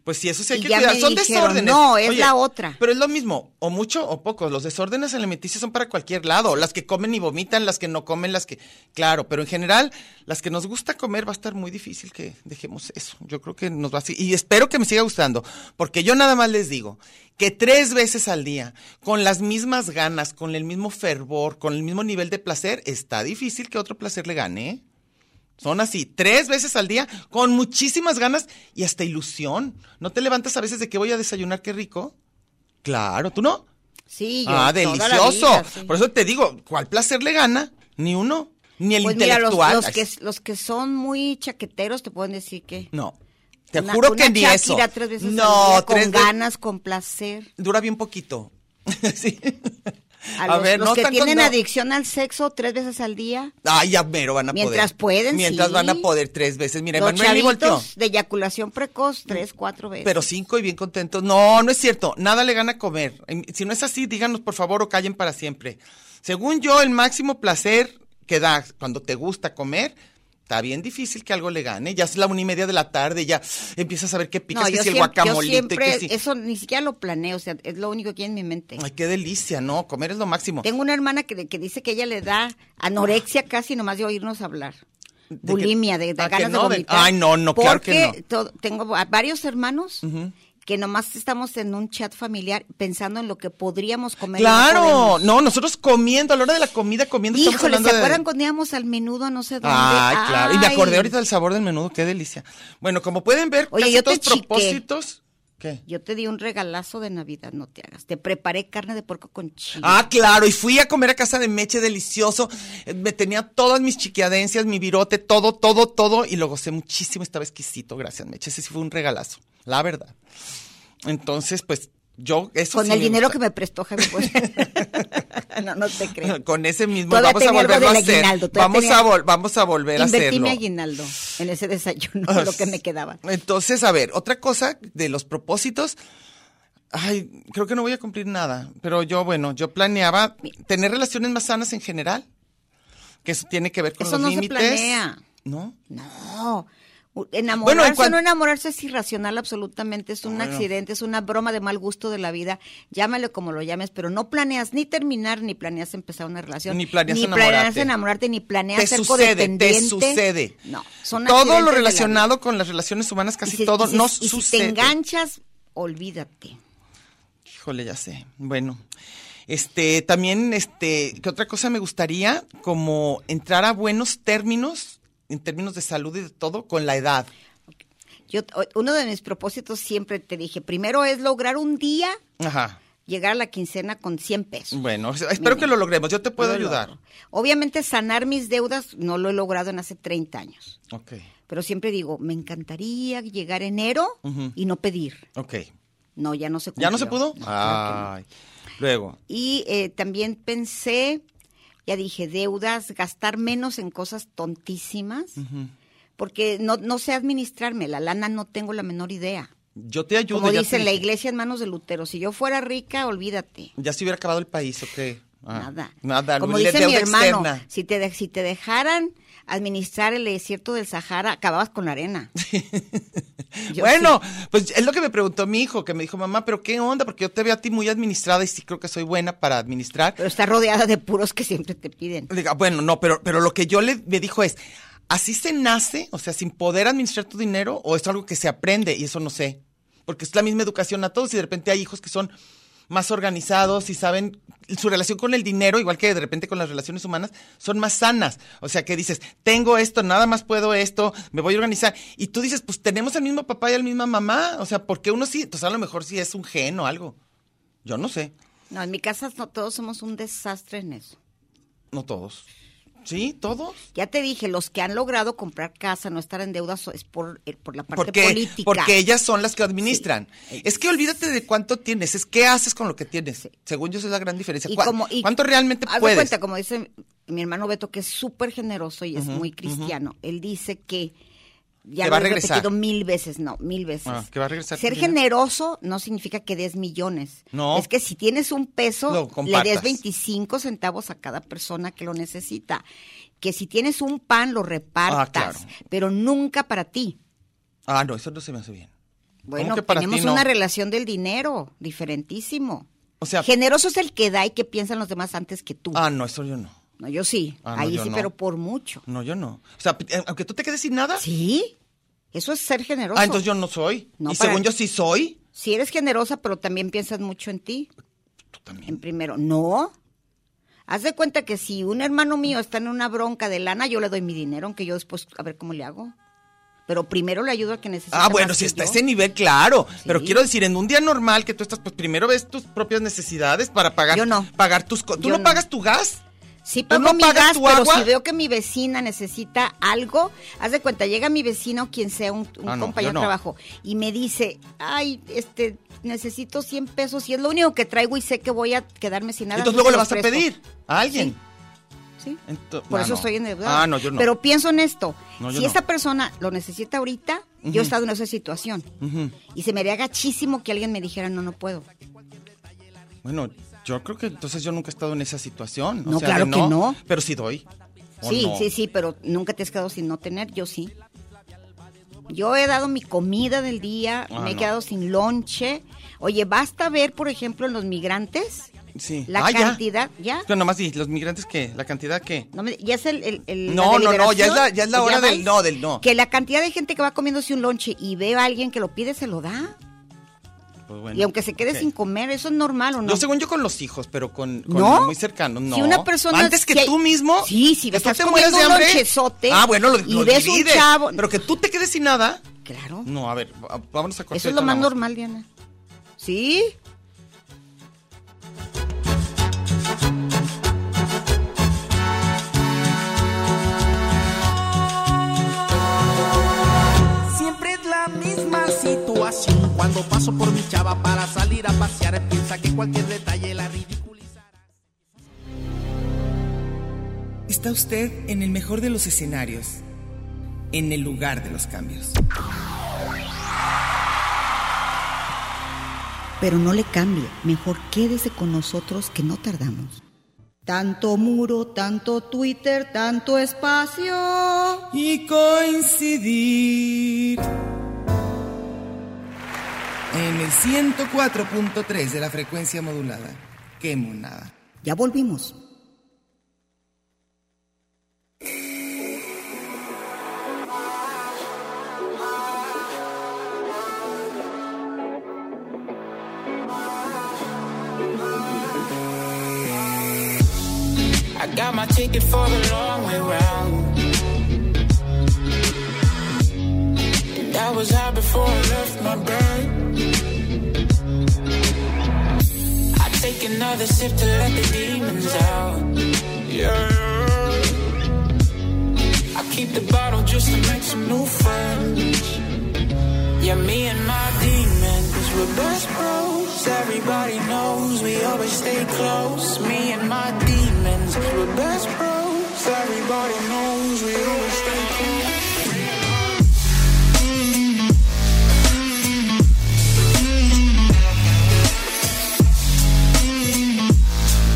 S2: Pues sí, eso sí hay
S1: Y
S2: que
S1: ya
S2: cuidar.
S1: me
S2: Son
S1: dijeron,
S2: desórdenes.
S1: no, es la otra.
S2: Pero es lo mismo, o mucho o poco. Los desórdenes alimenticios son para cualquier lado. Las que comen y vomitan, las que no comen, las que. Claro, pero en general, las que nos gusta comer va a estar muy difícil que dejemos eso. Yo creo que nos va a. Y espero que me siga gustando, porque yo nada más les digo que tres veces al día, con las mismas ganas, con el mismo fervor, con el mismo nivel de placer, está difícil que otro placer le gane, ¿eh? Son así, tres veces al día, con muchísimas ganas y hasta ilusión. ¿No te levantas a veces de que voy a desayunar, qué rico? Claro, ¿tú no?
S1: Sí, yo
S2: Ah,
S1: toda la
S2: delicioso.
S1: vida, sí.
S2: Por eso te digo, ¿cuál placer le gana? Ni uno, ni el
S1: Pues mira, los,
S2: intelectual.
S1: los
S2: Ay,
S1: que, los que son muy chaqueteros te pueden decir que...
S2: No, te
S1: Una-
S2: juro
S1: una
S2: que ni eso.
S1: Shakira tres veces
S2: no,
S1: al día, con
S2: tres ve-
S1: ganas, con placer.
S2: Dura bien poquito. sí.
S1: A, los, los que
S2: están con-
S1: tienen
S2: no.
S1: adicción al sexo tres veces al día.
S2: Ay, ya mero van a
S1: Mientras
S2: poder.
S1: pueden,
S2: Mientras
S1: sí.
S2: van a poder tres veces. Mira,
S1: los
S2: Emanuel ni volteó.
S1: chavitos de eyaculación precoz tres, cuatro veces.
S2: Pero cinco y bien contentos. No, no es cierto. Nada le gana comer. Em, Si no es así, díganos por favor o callen para siempre. Según yo, el máximo placer que da cuando te gusta comer, está bien difícil que algo le gane. Ya es la una y media de la tarde, ya empiezas a ver qué picas,
S1: no,
S2: que
S1: yo
S2: si el
S1: siempre, yo
S2: guacamolito y
S1: siempre-
S2: que si.
S1: eso ni siquiera lo planeo, o sea, es lo único que hay en mi mente.
S2: Ay, qué delicia, ¿no? Comer es lo máximo.
S1: Tengo una hermana que, que dice que ella le da anorexia casi nomás de oírnos hablar.
S2: ¿De qué?
S1: Bulimia, de, de
S2: Ah, que
S1: ganas
S2: no,
S1: de
S2: de-
S1: vomitar.
S2: Ay, no, no,
S1: porque
S2: claro que no.
S1: to- tengo a- varios hermanos que nomás estamos en un chat familiar pensando en lo que podríamos comer. y no
S2: Claro,
S1: podemos.
S2: no, nosotros comiendo, a la hora de la comida, comiendo, estamos
S1: Híjole,
S2: hablando
S1: ¿se
S2: de-
S1: acuerdan cuando íbamos al menudo a no sé dónde?
S2: Ay, claro. Y me acordé
S1: Ay.
S2: ahorita del sabor del menudo, qué delicia. Bueno, como pueden ver,
S1: Oye,
S2: casi
S1: yo te
S2: todos
S1: chiqué.
S2: propósitos. ¿Qué?
S1: Yo te di un regalazo de Navidad, no te hagas. Te preparé carne de porco con chile.
S2: Ah, claro, y fui a comer a casa de Meche delicioso. Eh, Me tenía todas mis chiquiadencias, mi virote, todo, todo, todo, y lo gocé muchísimo, estaba exquisito, gracias, Meche. Ese sí fue un regalazo, la verdad. Entonces, pues, yo, eso
S1: con
S2: sí
S1: el
S2: me
S1: dinero
S2: gusta.
S1: que me prestó Javi. pues. no, no te creo.
S2: Con ese mismo
S1: Todavía
S2: vamos a
S1: tenía algo
S2: volverlo a
S1: del
S2: hacer.
S1: aguinaldo, todavía
S2: Vamos
S1: tenía-
S2: a, vol- vamos a volver a
S1: Invertí
S2: hacerlo.
S1: mi aguinaldo en ese desayuno,
S2: Ah,
S1: lo que me quedaba.
S2: Entonces, a ver, otra cosa de los propósitos. Ay, creo que no voy a cumplir nada, pero yo, bueno, yo planeaba tener relaciones más sanas en general, que eso tiene que ver con
S1: Eso
S2: los
S1: no se
S2: límites.
S1: planea.
S2: ¿No?
S1: No. u- Enamorarse
S2: Bueno, en cuan-
S1: o no enamorarse es irracional absolutamente, es un accidente, es una broma de mal gusto de la vida, llámale como lo llames, pero no planeas ni terminar, ni planeas empezar una relación,
S2: Ni planeas
S1: planeas
S2: enamorarte.
S1: enamorarte, ni planeas
S2: Te
S1: ser
S2: sucede, te
S1: codependiente.
S2: sucede.
S1: No, son
S2: todo lo
S1: accidentes de la vida.
S2: relacionado con las relaciones humanas,
S1: Y
S2: casi
S1: si-
S2: todo,
S1: y si-
S2: no
S1: y si
S2: sucede.
S1: te enganchas, olvídate.
S2: Híjole, ya sé. Bueno, este, también, este, que otra cosa me gustaría? Como entrar a buenos términos, en términos de salud y de todo, con la edad.
S1: Yo, uno de mis propósitos siempre te dije, primero es lograr un día
S2: Ajá.
S1: llegar a la quincena con 100 pesos.
S2: Bueno, espero que lo logremos. Yo te puedo
S1: No lo
S2: ayudar.
S1: logro. Obviamente sanar mis deudas no lo he logrado en hace 30 años,
S2: Ok.
S1: pero siempre digo, me encantaría llegar enero
S2: Ujú.
S1: y no pedir.
S2: Ok.
S1: No, ya no se
S2: ¿Ya no se
S1: cumplió.
S2: pudo? Ah.
S1: No, claro que no.
S2: Ay. Luego.
S1: Y eh, también pensé, ya dije, deudas, gastar menos en cosas tontísimas, porque no, no sé administrarme, la lana no tengo la menor idea.
S2: Yo te ayudo.
S1: Como
S2: ya te
S1: dicen, la
S2: dije.
S1: iglesia en manos de Lutero, si yo fuera rica, olvídate.
S2: Ya se hubiera acabado el país, ok. Ah,
S1: Nada.
S2: Nada.
S1: Como
S2: le-
S1: dice mi
S2: deuda
S1: hermano,
S2: externa.
S1: si te, de- si te dejaran administrar el desierto del Sahara, acababas con la arena. Yo
S2: bueno, pues es lo que me preguntó mi hijo, que me dijo, mamá, pero ¿qué onda? Porque yo te veo a ti muy administrada y sí creo que soy buena para administrar.
S1: Pero está rodeada de puros que siempre te piden.
S2: Diga, bueno, no, pero, pero lo que yo le, me dijo es, ¿así se nace? O sea, sin poder administrar tu dinero, o es algo que se aprende, y eso no sé. Porque es la misma educación a todos, y de repente hay hijos que son más organizados y saben su relación con el dinero, igual que de repente con las relaciones humanas, son más sanas. O sea, que dices, tengo esto, nada más puedo esto, me voy a organizar. Y tú dices, pues tenemos al mismo papá y a la misma mamá. O sea, porque uno sí, entonces a lo mejor sí es un gen o algo. Yo no sé,
S1: No, en mi casa no, todos somos un desastre en eso.
S2: no todos. ¿Sí? ¿Todos?
S1: Ya te dije, los que han logrado comprar casa, no estar en deuda, so- es por, eh, por la parte
S2: porque,
S1: política.
S2: Porque ellas son las que administran. Es que olvídate de cuánto tienes, es qué haces con lo que tienes. Según yo, esa es la gran diferencia.
S1: Y
S2: ¿Cuá-
S1: como- y-
S2: ¿Cuánto realmente
S1: haz de
S2: puedes?
S1: cuenta, como dice mi hermano Beto, que es súper generoso y es muy cristiano. Él dice que ya
S2: Que
S1: lo
S2: va
S1: he
S2: a regresar.
S1: repetido mil veces, no, mil veces.
S2: Ah, que va a regresar
S1: Ser
S2: tu dinero.
S1: generoso no significa que des millones.
S2: No.
S1: Es que si tienes un
S2: Lo
S1: peso, le des
S2: compartas.
S1: 25 centavos a cada persona que lo necesita. Que si tienes un pan, lo repartas,
S2: Ah, claro.
S1: pero nunca para ti.
S2: Ah, no, eso no se me hace bien.
S1: Bueno,
S2: que para ti
S1: tenemos
S2: no?
S1: una relación del dinero diferentísimo.
S2: O sea-
S1: generoso es el que da y que piensan los demás antes que tú.
S2: Ah, no, eso yo no.
S1: No, yo sí.
S2: Ah, no,
S1: Ahí
S2: yo
S1: sí,
S2: no.
S1: pero por mucho.
S2: No, yo no. O sea, eh, aunque tú te quedes sin nada.
S1: Sí. Eso es ser generoso.
S2: Ah, entonces yo no soy.
S1: No,
S2: y
S1: para-
S2: según yo sí soy.
S1: Si eres generosa, pero también piensas mucho en ti,
S2: Tú
S1: en
S2: también.
S1: primero. No. Haz de cuenta que si un hermano mío está en una bronca de lana, yo le doy mi dinero, aunque yo después a ver cómo le hago. pero primero le ayudo al que necesita.
S2: Ah, bueno,
S1: más
S2: si
S1: que
S2: está
S1: yo.
S2: ese nivel, claro. Pero
S1: Sí.
S2: quiero decir, en un día normal que tú estás, pues primero ves tus propias necesidades para pagar.
S1: Yo no.
S2: Pagar tus co- ¿Tú
S1: Yo
S2: no,
S1: no.
S2: pagas tu gas?
S1: Sí,
S2: ¿Tú
S1: pago
S2: no
S1: mi
S2: pagas
S1: gas,
S2: tu
S1: pero
S2: agua?
S1: si veo que mi vecina necesita algo, haz de cuenta, llega mi vecina o quien sea, un, un
S2: Ah, no,
S1: compañero
S2: yo no.
S1: de trabajo, y me dice, ay, este, necesito 100 pesos y es lo único que traigo y sé que voy a quedarme sin nada.
S2: Entonces
S1: no
S2: luego
S1: se
S2: le
S1: lo
S2: vas a
S1: ofrezco".
S2: pedir a alguien.
S1: Sí.
S2: Ento-
S1: Por
S2: ah,
S1: eso
S2: no.
S1: estoy endeudada.
S2: Ah, no, yo no.
S1: Pero pienso en esto.
S2: No, yo
S1: si
S2: no.
S1: esta persona lo necesita ahorita, yo he estado en esa situación.
S2: Ujú.
S1: Y se me haría gachísimo que alguien me dijera, no, no puedo.
S2: Bueno, yo creo que entonces yo nunca he estado en esa situación. o
S1: No,
S2: sea,
S1: claro
S2: de
S1: que no.
S2: Pero sí doy. ¿o
S1: Sí,
S2: no?
S1: sí, sí, pero nunca te has quedado sin no tener, yo sí. Yo he dado mi comida del día,
S2: Ah,
S1: me he
S2: no.
S1: quedado sin lonche. Oye, basta ver, por ejemplo, en los migrantes,
S2: Sí.
S1: la
S2: Ah, ya.
S1: cantidad, ¿ya?
S2: Pero nomás di, los migrantes que, la cantidad que.
S1: No me- ya es el, el- el-
S2: No,
S1: la
S2: no, no, ya es la-
S1: deliberación,
S2: ya es la hora del
S1: vais.
S2: no, del no.
S1: Que la cantidad de gente que va comiéndose un lonche y ve a alguien que lo pide, se lo da.
S2: Pues bueno,
S1: y aunque se quede
S2: ok.
S1: sin comer, eso es normal o no.
S2: Yo según yo con los hijos, pero con, con
S1: ¿No?
S2: muy cercanos, no.
S1: Si una persona
S2: antes que
S1: que-
S2: tú mismo,
S1: Sí, si
S2: que tú
S1: estás
S2: te mueras de
S1: comiendo un
S2: hambre.
S1: lonchezote
S2: ah, bueno, lo,
S1: y
S2: lo
S1: ves un
S2: divides,
S1: chavo-
S2: Pero que tú te quedes sin nada.
S1: Claro.
S2: No, a ver, va- vámonos a corte.
S1: Eso es
S2: ahorita
S1: lo más
S2: hablamos.
S1: normal, Diana. ¿Sí?
S5: Siempre es la misma situación. Cuando paso por mi chava para salir a pasear, piensa que cualquier detalle la ridiculizará.
S4: Está usted en el mejor de los escenarios, en el lugar de los cambios.
S1: Pero no le cambie, mejor quédese con nosotros que no tardamos. Tanto muro, tanto Twitter, tanto espacio.
S4: Y coincidir en el 104.3 de la frecuencia modulada. Qué monada.
S1: Ya volvimos.
S6: I got my ticket for the long way round. And I was high before I left my bed. I take another sip to let the demons out. Yeah. I keep the bottle just to make some new friends. Yeah, me and my demons, we're best bros. Everybody knows we always stay close. Me and my demons, we're best bros. Everybody knows we always stay close.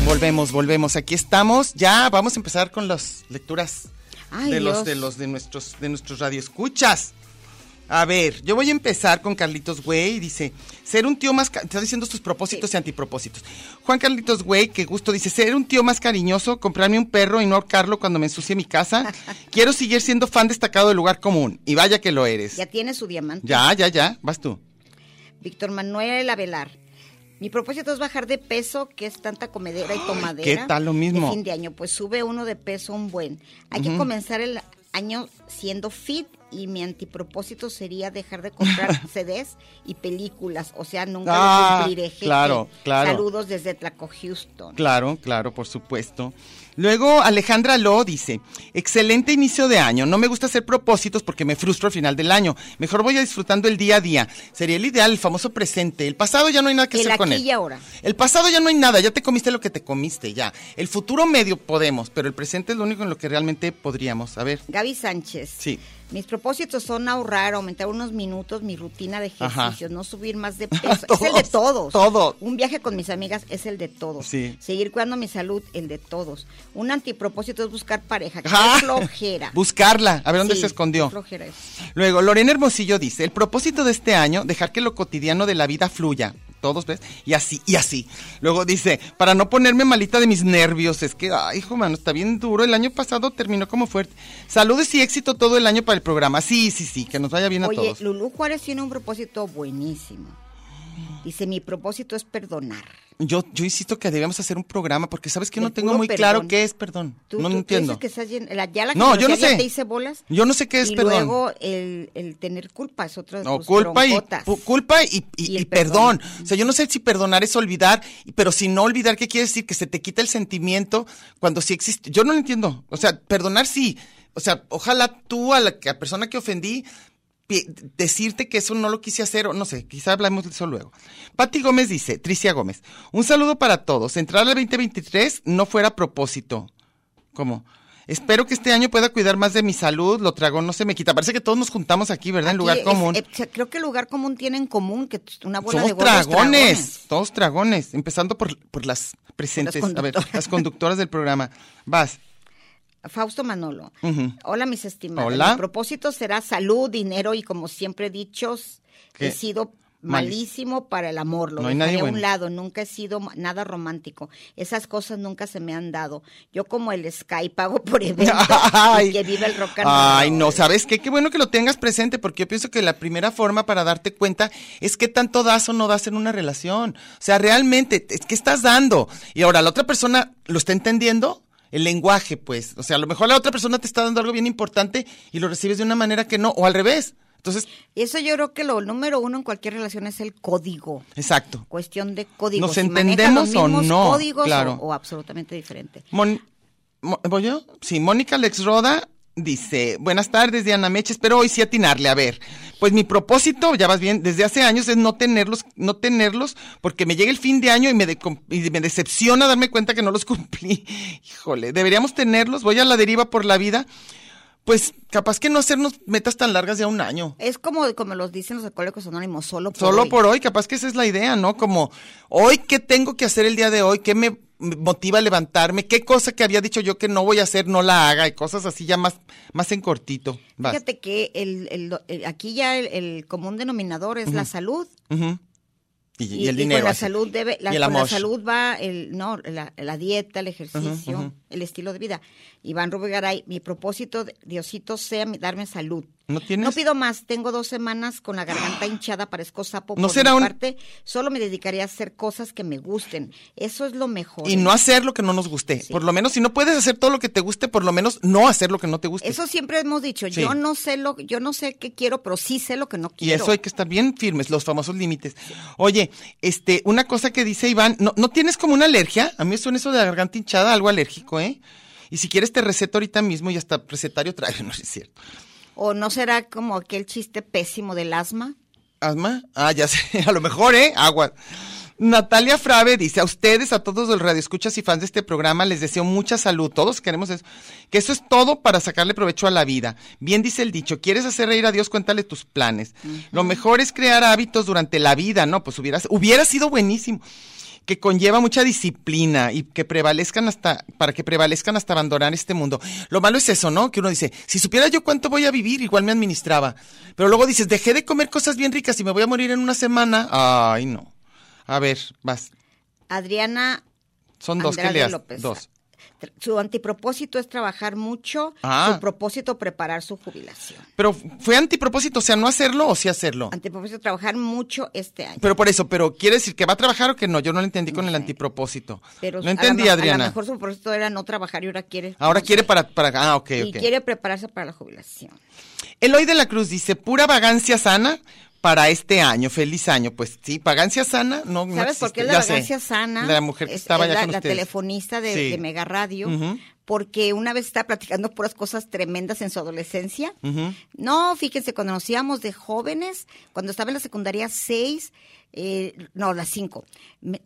S2: Volvemos, volvemos. Aquí estamos. Ya vamos a empezar con las lecturas
S1: Ay,
S2: de los
S1: Dios.
S2: de los de nuestros de nuestros radioescuchas. A ver, yo voy a empezar con Carlitos Güey. Dice, ser un tío más... ca- Está diciendo sus propósitos y antipropósitos. Juan Carlitos Güey, qué gusto. Dice, ser un tío más cariñoso, comprarme un perro y no ahorcarlo cuando me ensucie mi casa. Quiero seguir siendo fan destacado del lugar común. Y vaya que lo eres.
S1: Ya tiene su diamante.
S2: Ya, ya, ya. Vas tú.
S1: Víctor Manuel Avelar. Mi propósito es bajar de peso, que es tanta comedera y tomadera.
S2: ¿qué tal lo mismo?
S1: De fin de año, pues sube uno de peso un buen. Hay que comenzar el año siendo fit y mi antipropósito sería dejar de comprar CDs y películas. O sea, nunca lo
S2: Ah,
S1: cumpliré. jeje.
S2: claro, claro.
S1: Saludos desde Tlaco, Houston.
S2: Claro, claro, por supuesto. Luego Alejandra Lo dice, excelente inicio de año, no me gusta hacer propósitos porque me frustro al final del año, mejor voy a disfrutando el día a día, sería el ideal, el famoso presente, el pasado ya no hay nada que
S1: El
S2: hacer con
S1: aquí
S2: él.
S1: y ahora.
S2: El pasado ya no hay nada, ya te comiste lo que te comiste, ya. El futuro medio podemos, pero el presente es lo único en lo que realmente podríamos. A ver,
S1: Gaby Sánchez.
S2: Sí.
S1: Mis propósitos son ahorrar, aumentar unos minutos mi rutina de
S2: Ajá.
S1: ejercicios, no subir más de peso.
S2: Todos,
S1: es el de todos.
S2: todos.
S1: Un viaje con mis amigas es el de todos.
S2: Sí.
S1: Seguir cuidando mi salud, el de todos. Un antipropósito es buscar pareja. ¡Qué
S2: ¡Ah!
S1: flojera!
S2: buscarla, a ver dónde
S1: Sí,
S2: se escondió.
S1: qué flojera es.
S2: Luego, Lorena Hermosillo dice, el propósito de este año, dejar que lo cotidiano de la vida fluya. Todos, ¿ves? Y así, y así. Luego dice, para no ponerme malita de mis nervios, es que, ay, hijo, mano, está bien duro. El año pasado terminó como fuerte. Saludos y éxito todo el año para el programa. Sí, sí, sí, que nos vaya bien a
S1: Oye,
S2: todos.
S1: Lulú Juárez tiene un propósito buenísimo. Dice, mi propósito es perdonar.
S2: Yo, yo insisto que debemos hacer un programa porque sabes que
S1: Del
S2: no tengo
S1: puro
S2: muy claro
S1: perdón.
S2: qué es perdón.
S1: Tú,
S2: no
S1: tú-
S2: no
S1: tú
S2: entiendo.
S1: dices que estás llen- la- ya la
S2: No, yo no
S1: genealogía ya
S2: sé.
S1: te hice bolas.
S2: Yo no sé qué es
S1: y
S2: perdón.
S1: luego el, el tener culpa es otra de
S2: No,
S1: tus
S2: culpa y,
S1: broncotas.
S2: pu- culpa y, y-
S1: Y el
S2: y perdón. O sea, yo no sé si perdonar es olvidar, y- pero si no olvidar, ¿qué quiere decir? Que se te quita el sentimiento cuando sí existe. Yo no lo entiendo. O sea, perdonar sí. O sea, ojalá tú a la que- a persona que ofendí pi- decirte que eso no lo quise hacer o no sé, quizá hablamos de eso luego. Patti Gómez dice, Tricia Gómez, un saludo para todos. Entrar al 2023 no fuera a propósito. ¿Cómo? Espero que este año pueda cuidar más de mi salud, lo trago, no se me quita. Parece que todos nos juntamos aquí, ¿verdad? en
S1: Aquí
S2: lugar
S1: es-
S2: común.
S1: eh, o sea, creo que el lugar común tiene en común que t- una bola de
S2: Somos
S1: gordos
S2: dragones,
S1: dragones.
S2: todos dragones, empezando por, por las presentes, a ver,
S1: conductoras.
S2: las conductoras del programa. Vas,
S1: Fausto Manolo.
S2: Ujú.
S1: Hola, mis estimados.
S2: Hola.
S1: Mi propósito será salud, dinero y, como siempre he dicho, s-
S2: ¿Qué?
S1: he sido
S2: Malis-
S1: malísimo para el amor. Lo
S2: No hay
S1: dejaré
S2: nadie
S1: a un
S2: bueno.
S1: lado. Nunca he sido ma- nada romántico. Esas cosas nunca se me han dado. Yo, como el Sky, pago por eventos y
S2: Ay.
S1: que viva el rock and roll.
S2: Ay, no, ¿sabes qué? Qué bueno que lo tengas presente, porque yo pienso que la primera forma para darte cuenta es qué tanto das o no das en una relación. O sea, realmente, es que estás dando. Y ahora, ¿la otra persona lo está entendiendo? El lenguaje, pues. O sea, a lo mejor la otra persona te está dando algo bien importante y lo recibes de una manera que no, o al revés. Entonces,
S1: Eso yo creo que lo número uno en cualquier relación es el código.
S2: exacto.
S1: Cuestión de código.
S2: ¿Nos
S1: Si manejan los
S2: entendemos o
S1: mismos
S2: no?
S1: Códigos o-
S2: Claro.
S1: o absolutamente diferente.
S2: Mon- Mo- ¿Voy yo? Sí, Mónica Lex Roda dice, buenas tardes Diana Meche, espero hoy sí atinarle, a ver, pues mi propósito, ya vas bien, desde hace años es no tenerlos, no tenerlos, porque me llega el fin de año y me, de- y me decepciona darme cuenta que no los cumplí, híjole, deberíamos tenerlos, voy a la deriva por la vida, pues capaz que no hacernos metas tan largas de a un año,
S1: Es como, como los dicen los alcohólicos anónimos, solo por
S2: Solo
S1: hoy.
S2: por hoy, capaz que esa es la idea, ¿no? Como, hoy, ¿qué tengo que hacer el día de hoy? ¿Qué me motiva a levantarme? ¿Qué cosa que había dicho yo que no voy a hacer, no la haga? Y cosas así ya más, más en cortito. Vas.
S1: Fíjate que el, el- el- aquí ya el, el común denominador es la salud.
S2: Ujú. y, y el
S1: con
S2: dinero.
S1: la
S2: así.
S1: salud debe, la,
S2: Y el
S1: con la
S2: amor.
S1: salud va el, no, la, la dieta, el ejercicio,
S2: ujú.
S1: el estilo de vida. Iván Rubigaray, mi propósito, Diosito, sea mi- darme salud.
S2: ¿No tienes?
S1: No pido más, tengo dos semanas con la garganta hinchada, parezco sapo.
S2: ¿No
S1: por
S2: será
S1: mi
S2: un-
S1: parte, solo me dedicaría a hacer cosas que me gusten. Eso es lo mejor.
S2: y no hacer lo que no nos guste. Por lo menos, si no puedes hacer todo lo que te guste, por lo menos no hacer lo que no te guste.
S1: Eso siempre hemos dicho,
S2: Sí.
S1: yo no sé lo, yo no sé qué quiero, pero sí sé lo que no
S2: Y
S1: quiero.
S2: eso hay que estar bien firmes, los famosos límites. Oye, este, una cosa que dice Iván, ¿no, ¿no tienes como una alergia? A mí me suena eso de la garganta hinchada, algo alérgico, ¿eh? Y si quieres te receto ahorita mismo y hasta recetario traigo, no es cierto.
S1: ¿O no será como aquel chiste pésimo del asma?
S2: ¿Asma? Ah, ya sé, a lo mejor, ¿eh? Agua. Natalia Frave dice, a ustedes, a todos los radioescuchas y fans de este programa, les deseo mucha salud. Todos queremos eso. Que eso es todo para sacarle provecho a la vida. Bien dice el dicho, ¿quieres hacer reír a Dios? Cuéntale tus planes. Lo mejor es crear hábitos durante la vida, ¿no? Pues hubiera, hubiera sido buenísimo. Que conlleva mucha disciplina y que prevalezcan hasta, para que prevalezcan hasta abandonar este mundo. Lo malo es eso, ¿no? Que uno dice, si supiera yo cuánto voy a vivir, igual me administraba. Pero luego dices, dejé de comer cosas bien ricas y me voy a morir en una semana. Ay, no. A ver, vas.
S1: Adriana
S2: Son dos que
S1: Andrade
S2: leas.
S1: López.
S2: Dos.
S1: Tra- Su antipropósito es trabajar mucho,
S2: Ah.
S1: su propósito preparar su jubilación.
S2: Pero fue antipropósito, o sea, no hacerlo o sí hacerlo.
S1: Antipropósito trabajar mucho este año.
S2: Pero por eso, pero quiere decir que va a trabajar o que no. Yo no lo entendí con
S1: No
S2: el
S1: sé.
S2: antipropósito.
S1: Pero
S2: no
S1: a la
S2: entendí,
S1: me- A lo
S2: Adriana.
S1: mejor su propósito era no trabajar y ahora quiere.
S2: Ahora
S1: no
S2: quiere
S1: sé,
S2: para, para. Ah, ok,
S1: Y
S2: ok.
S1: quiere prepararse para la jubilación.
S2: Eloy de la Cruz dice: pura vagancia sana para este año. Feliz año. Pues sí, vagancia sana no. no
S1: ¿Sabes por
S2: existe,
S1: qué es la
S2: ya sé.
S1: vagancia sana?
S2: La mujer que
S1: es,
S2: estaba
S1: es
S2: ya
S1: la,
S2: con
S1: la
S2: ustedes.
S1: telefonista de,
S2: Sí.
S1: de Mega Radio,
S2: Ujú.
S1: porque una vez estaba platicando puras cosas tremendas en su adolescencia.
S2: Ujú.
S1: No, fíjense, cuando nos íbamos de jóvenes, cuando estaba en la secundaria 6, no, las 5,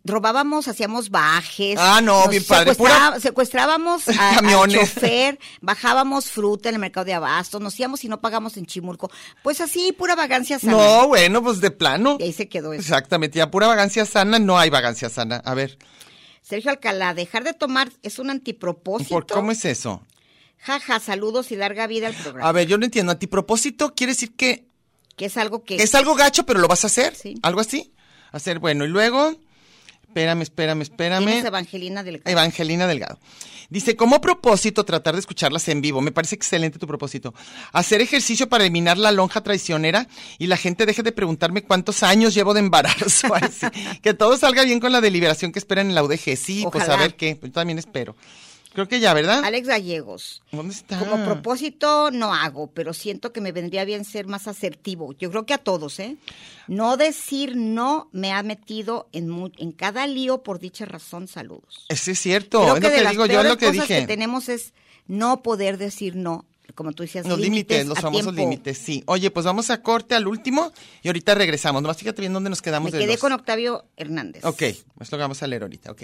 S1: robábamos, hacíamos bajes.
S2: Ah, no, bien padre,
S1: secuestra-
S2: pura-
S1: Secuestrábamos a, al
S2: Camiones.
S1: chofer, bajábamos fruta en el mercado de abastos, nos íbamos y no pagamos en Chimulco. Pues así, pura vagancia sana.
S2: No, bueno, pues de plano.
S1: Y ahí se quedó eso.
S2: Exactamente, ya pura vagancia sana, no hay vagancia sana. A ver,
S1: Sergio Alcalá, dejar de tomar es un antipropósito.
S2: ¿por cómo es eso?
S1: Jaja, saludos y larga vida al programa.
S2: A ver, yo no entiendo. Antipropósito quiere decir que
S1: Que es algo que
S2: es algo gacho, pero lo vas a hacer.
S1: Sí.
S2: Algo así. Hacer, bueno, y luego, Espérame, espérame,
S1: ¿Quién
S2: espérame.
S1: es Evangelina del
S2: Evangelina Delgado. Dice, como propósito tratar de escucharlas en vivo. Me parece excelente tu propósito. Hacer ejercicio para eliminar la lonja traicionera y la gente deje de preguntarme cuántos años llevo de embarazo. Ay, sí. Que todo salga bien con la deliberación que esperan en la UDG. Sí, pues a
S1: Ojalá.
S2: ver qué. Yo también espero. Creo que ya, ¿verdad?
S1: Alex Gallegos.
S2: ¿Dónde está?
S1: Como propósito no hago, pero siento que me vendría bien ser más asertivo. Yo creo que a todos, ¿eh? No decir no me ha metido en, mu- en cada lío por dicha razón. Saludos.
S2: Ese es cierto.
S1: Creo
S2: es lo
S1: de
S2: que
S1: las
S2: digo, yo es
S1: peores
S2: lo que
S1: cosas
S2: dije.
S1: que tenemos es no poder decir no, como tú decías.
S2: Los límites, los
S1: a
S2: famosos
S1: tiempo.
S2: límites, sí. Oye, pues vamos a corte al último y ahorita regresamos. Nomás fíjate bien dónde nos quedamos
S1: Me
S2: de
S1: quedé
S2: los-
S1: con Octavio Hernández.
S2: Ok, es lo que vamos a leer ahorita, ok.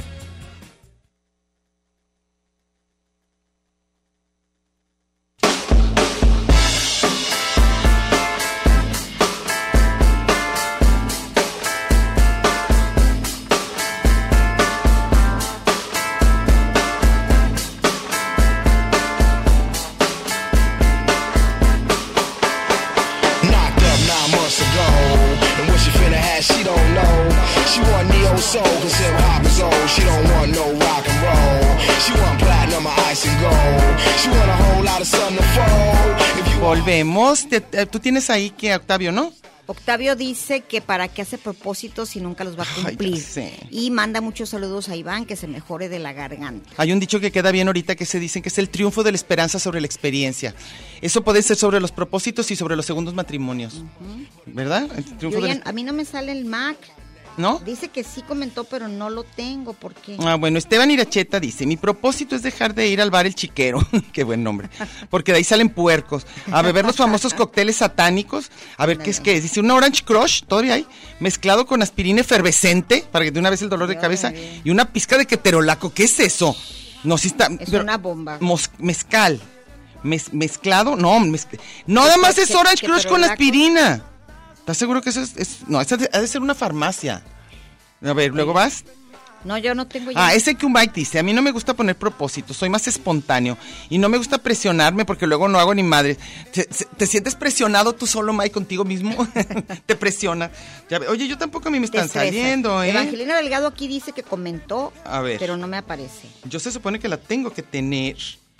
S7: Knocked up nine months ago. And what she finna have, she don't know. She want neo soul, cause hip hop is old. She don't want no rock and roll. She want platinum or ice and gold. She want a whole lot of something to fold. If you
S2: Volvemos. Te- te- tú tienes ahí que a Octavio, ¿no?
S1: Octavio dice que para qué hace propósitos si nunca los va a
S2: Ay, ya
S1: cumplir.
S2: sé.
S1: y manda muchos saludos a Iván que se mejore de la garganta.
S2: Hay un dicho que queda bien ahorita que se dicen que es el triunfo de la esperanza sobre la experiencia. Eso puede ser sobre los propósitos y sobre los segundos matrimonios. ¿Verdad? El triunfo
S1: Yo
S2: de
S1: ya-
S2: la-
S1: a mí no me sale el Mac.
S2: ¿No?
S1: Dice que sí comentó, pero no lo tengo. ¿Por qué?
S2: Ah, bueno, Esteban Iracheta dice, mi propósito es dejar de ir al bar El Chiquero, qué buen nombre, porque de ahí salen puercos, a beber los famosos cócteles satánicos, a ver qué es que es, dice un Orange Crush, todavía hay, mezclado con aspirina efervescente, para que de una vez el dolor de cabeza, y una pizca de keterolaco, ¿qué es eso? No, sí está...
S1: Es una bomba.
S2: mos- mezcal, mez- mezclado, no, mez- no, nada más es
S1: Pues que-
S2: Orange Crush con
S1: keterolaco?
S2: aspirina. ¿Estás seguro que eso es...? es- no, esa de- ha de ser una farmacia. A ver, luego
S1: Pues,
S2: vas.
S1: No, yo no tengo ya.
S2: Ah, ese que un bike dice, a mí no me gusta poner propósitos, soy más espontáneo y no me gusta presionarme porque luego no hago ni madre. ¿Te, se- te sientes presionado tú solo, Mike, contigo mismo? te presiona. Ya ve- Oye, yo tampoco a mí me
S1: Te
S2: están
S1: estresa.
S2: saliendo, ¿eh?
S1: Evangelina Delgado aquí dice que comentó,
S2: A ver.
S1: pero no me aparece.
S2: Yo se supone que la tengo que tener,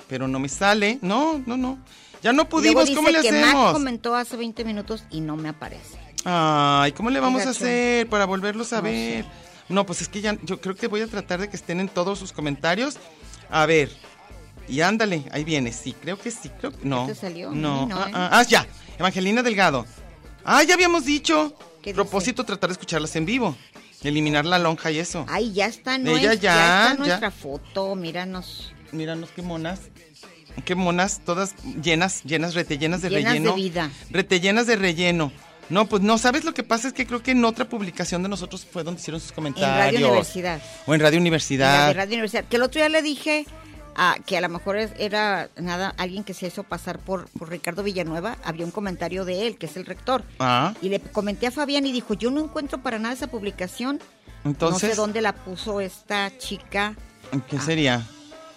S2: pero no me sale. No, no, no. Ya no
S1: Luego
S2: pudimos,
S1: dice
S2: Pues ¿cómo le
S1: que Mac
S2: hacemos?
S1: comentó hace 20 minutos y no me aparece.
S2: Ay, ¿cómo le vamos a
S1: Gacho.
S2: hacer para volverlos a
S1: No
S2: ver? No, pues es que ya, yo creo que voy a tratar de que estén en todos sus comentarios. A ver, y ándale, ahí viene, sí, creo que sí, creo que no.
S1: ¿Ya te salió? A mí
S2: No,
S1: no,
S2: ah,
S1: ¿eh?
S2: ah, ah, ya, Evangelina Delgado. Ah, ya habíamos dicho.
S1: ¿Qué dice?
S2: Propósito, tratar de escucharlas en vivo. Eliminar la lonja y eso.
S1: Ay, ya está,
S2: Ella
S1: nuestra,
S2: ya,
S1: ya está
S2: ya.
S1: nuestra foto, míranos.
S2: Míranos qué monas. Qué monas, todas llenas, llenas, retellenas de
S1: Llenas de
S2: relleno.
S1: vida.
S2: Retellenas de relleno. No, pues no, ¿sabes lo que pasa? Es que creo que en otra publicación de nosotros fue donde hicieron sus
S1: En
S2: comentarios.
S1: Radio Universidad.
S2: O en Radio
S1: En la
S2: Universidad.
S1: de Radio Universidad. Que el otro día le dije ah, que a lo mejor es- era nada alguien que se hizo pasar por, por Ricardo Villanueva, había un comentario de él, que es el rector.
S2: Ah,
S1: Y le comenté a Fabián y dijo, yo no encuentro para nada esa publicación. No
S2: entonces,
S1: sé dónde la puso esta chica.
S2: ¿qué
S1: Ah.
S2: sería?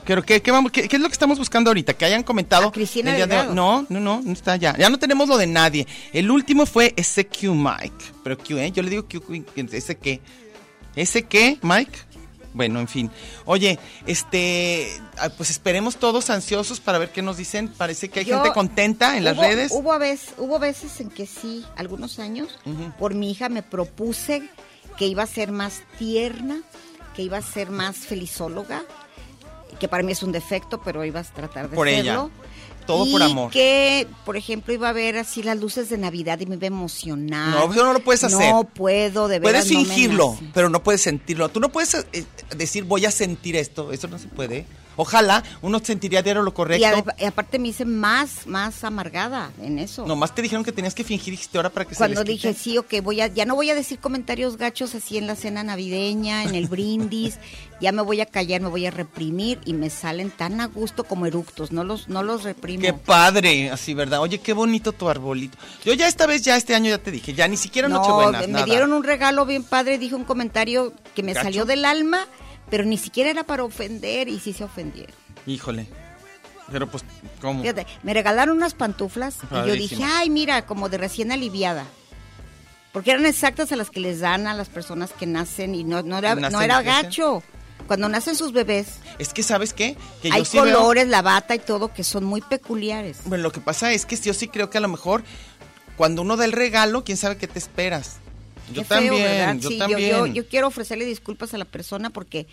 S2: Pero qué, qué vamos- qué- qué es lo que estamos buscando ahorita? Que hayan comentado.
S1: A Cristina
S2: del día de hoy.
S1: Delgado.
S2: No, no, no, no está ya. Ya no tenemos lo de nadie. El último fue ese Q Mike. Pero Q, ¿eh? Yo le digo Q, Q, ese qué. ¿Ese qué, Mike? Bueno, en fin. Oye, este, ah, pues esperemos todos ansiosos para ver qué nos dicen. Parece que hay
S1: Yo-
S2: gente contenta Ah, en las
S1: hubo,
S2: redes.
S1: Hubo a veces, hubo veces en que sí, algunos años, por mi hija me propuse que iba a ser más tierna, que iba a ser más felizóloga, que para mí es un defecto, pero ibas a tratar de
S2: Por ella.
S1: serlo.
S2: Todo
S1: Y
S2: por amor.
S1: que, por ejemplo, iba a ver así las luces de Navidad y me iba a emocionar.
S2: No, eso no lo puedes hacer.
S1: No puedo, de verdad.
S2: Puedes fingirlo, pero no puedes sentirlo. Tú no puedes eh, decir voy a sentir esto. Eso no se puede. Ojalá uno sentiría diario lo
S1: y,
S2: correcto.
S1: a- y aparte me hice más, más amargada en eso.
S2: Nomás te dijeron que tenías que fingir y dijiste ahora para que
S1: Cuando
S2: se les
S1: dije
S2: quite.
S1: sí, ok, voy a, ya no voy a decir comentarios gachos así en la cena navideña, en el brindis, ya me voy a callar, me voy a reprimir y me salen tan a gusto como eructos, no los, no los reprimo.
S2: Qué padre, así, ¿verdad? Oye, qué bonito tu arbolito. Yo ya esta vez, ya este año ya te dije, ya ni siquiera
S1: no,
S2: Nochebuena.
S1: me
S2: nada.
S1: dieron un regalo bien padre, dije un comentario que me
S2: ¿Gacho?
S1: salió del alma, pero ni siquiera era para ofender y sí se ofendieron.
S2: Híjole. Pero pues, ¿cómo?
S1: Fíjate, me regalaron unas pantuflas y yo dije,
S2: Padrísimo.
S1: ay, mira, como de recién aliviada. Porque eran exactas a las que les dan a las personas que nacen y no, no era,
S2: Nacen,
S1: no era
S2: crecen.
S1: gacho. Cuando nacen sus bebés,
S2: Es que, ¿sabes qué? Que
S1: hay
S2: sí veo-
S1: colores, la bata y todo que son muy peculiares.
S2: Bueno, lo que pasa es que yo sí creo que a lo mejor cuando uno da el regalo, quién sabe qué te esperas. Yo
S1: Qué feo,
S2: también,
S1: ¿verdad?
S2: yo
S1: Sí,
S2: también.
S1: Yo, yo quiero ofrecerle disculpas a la persona porque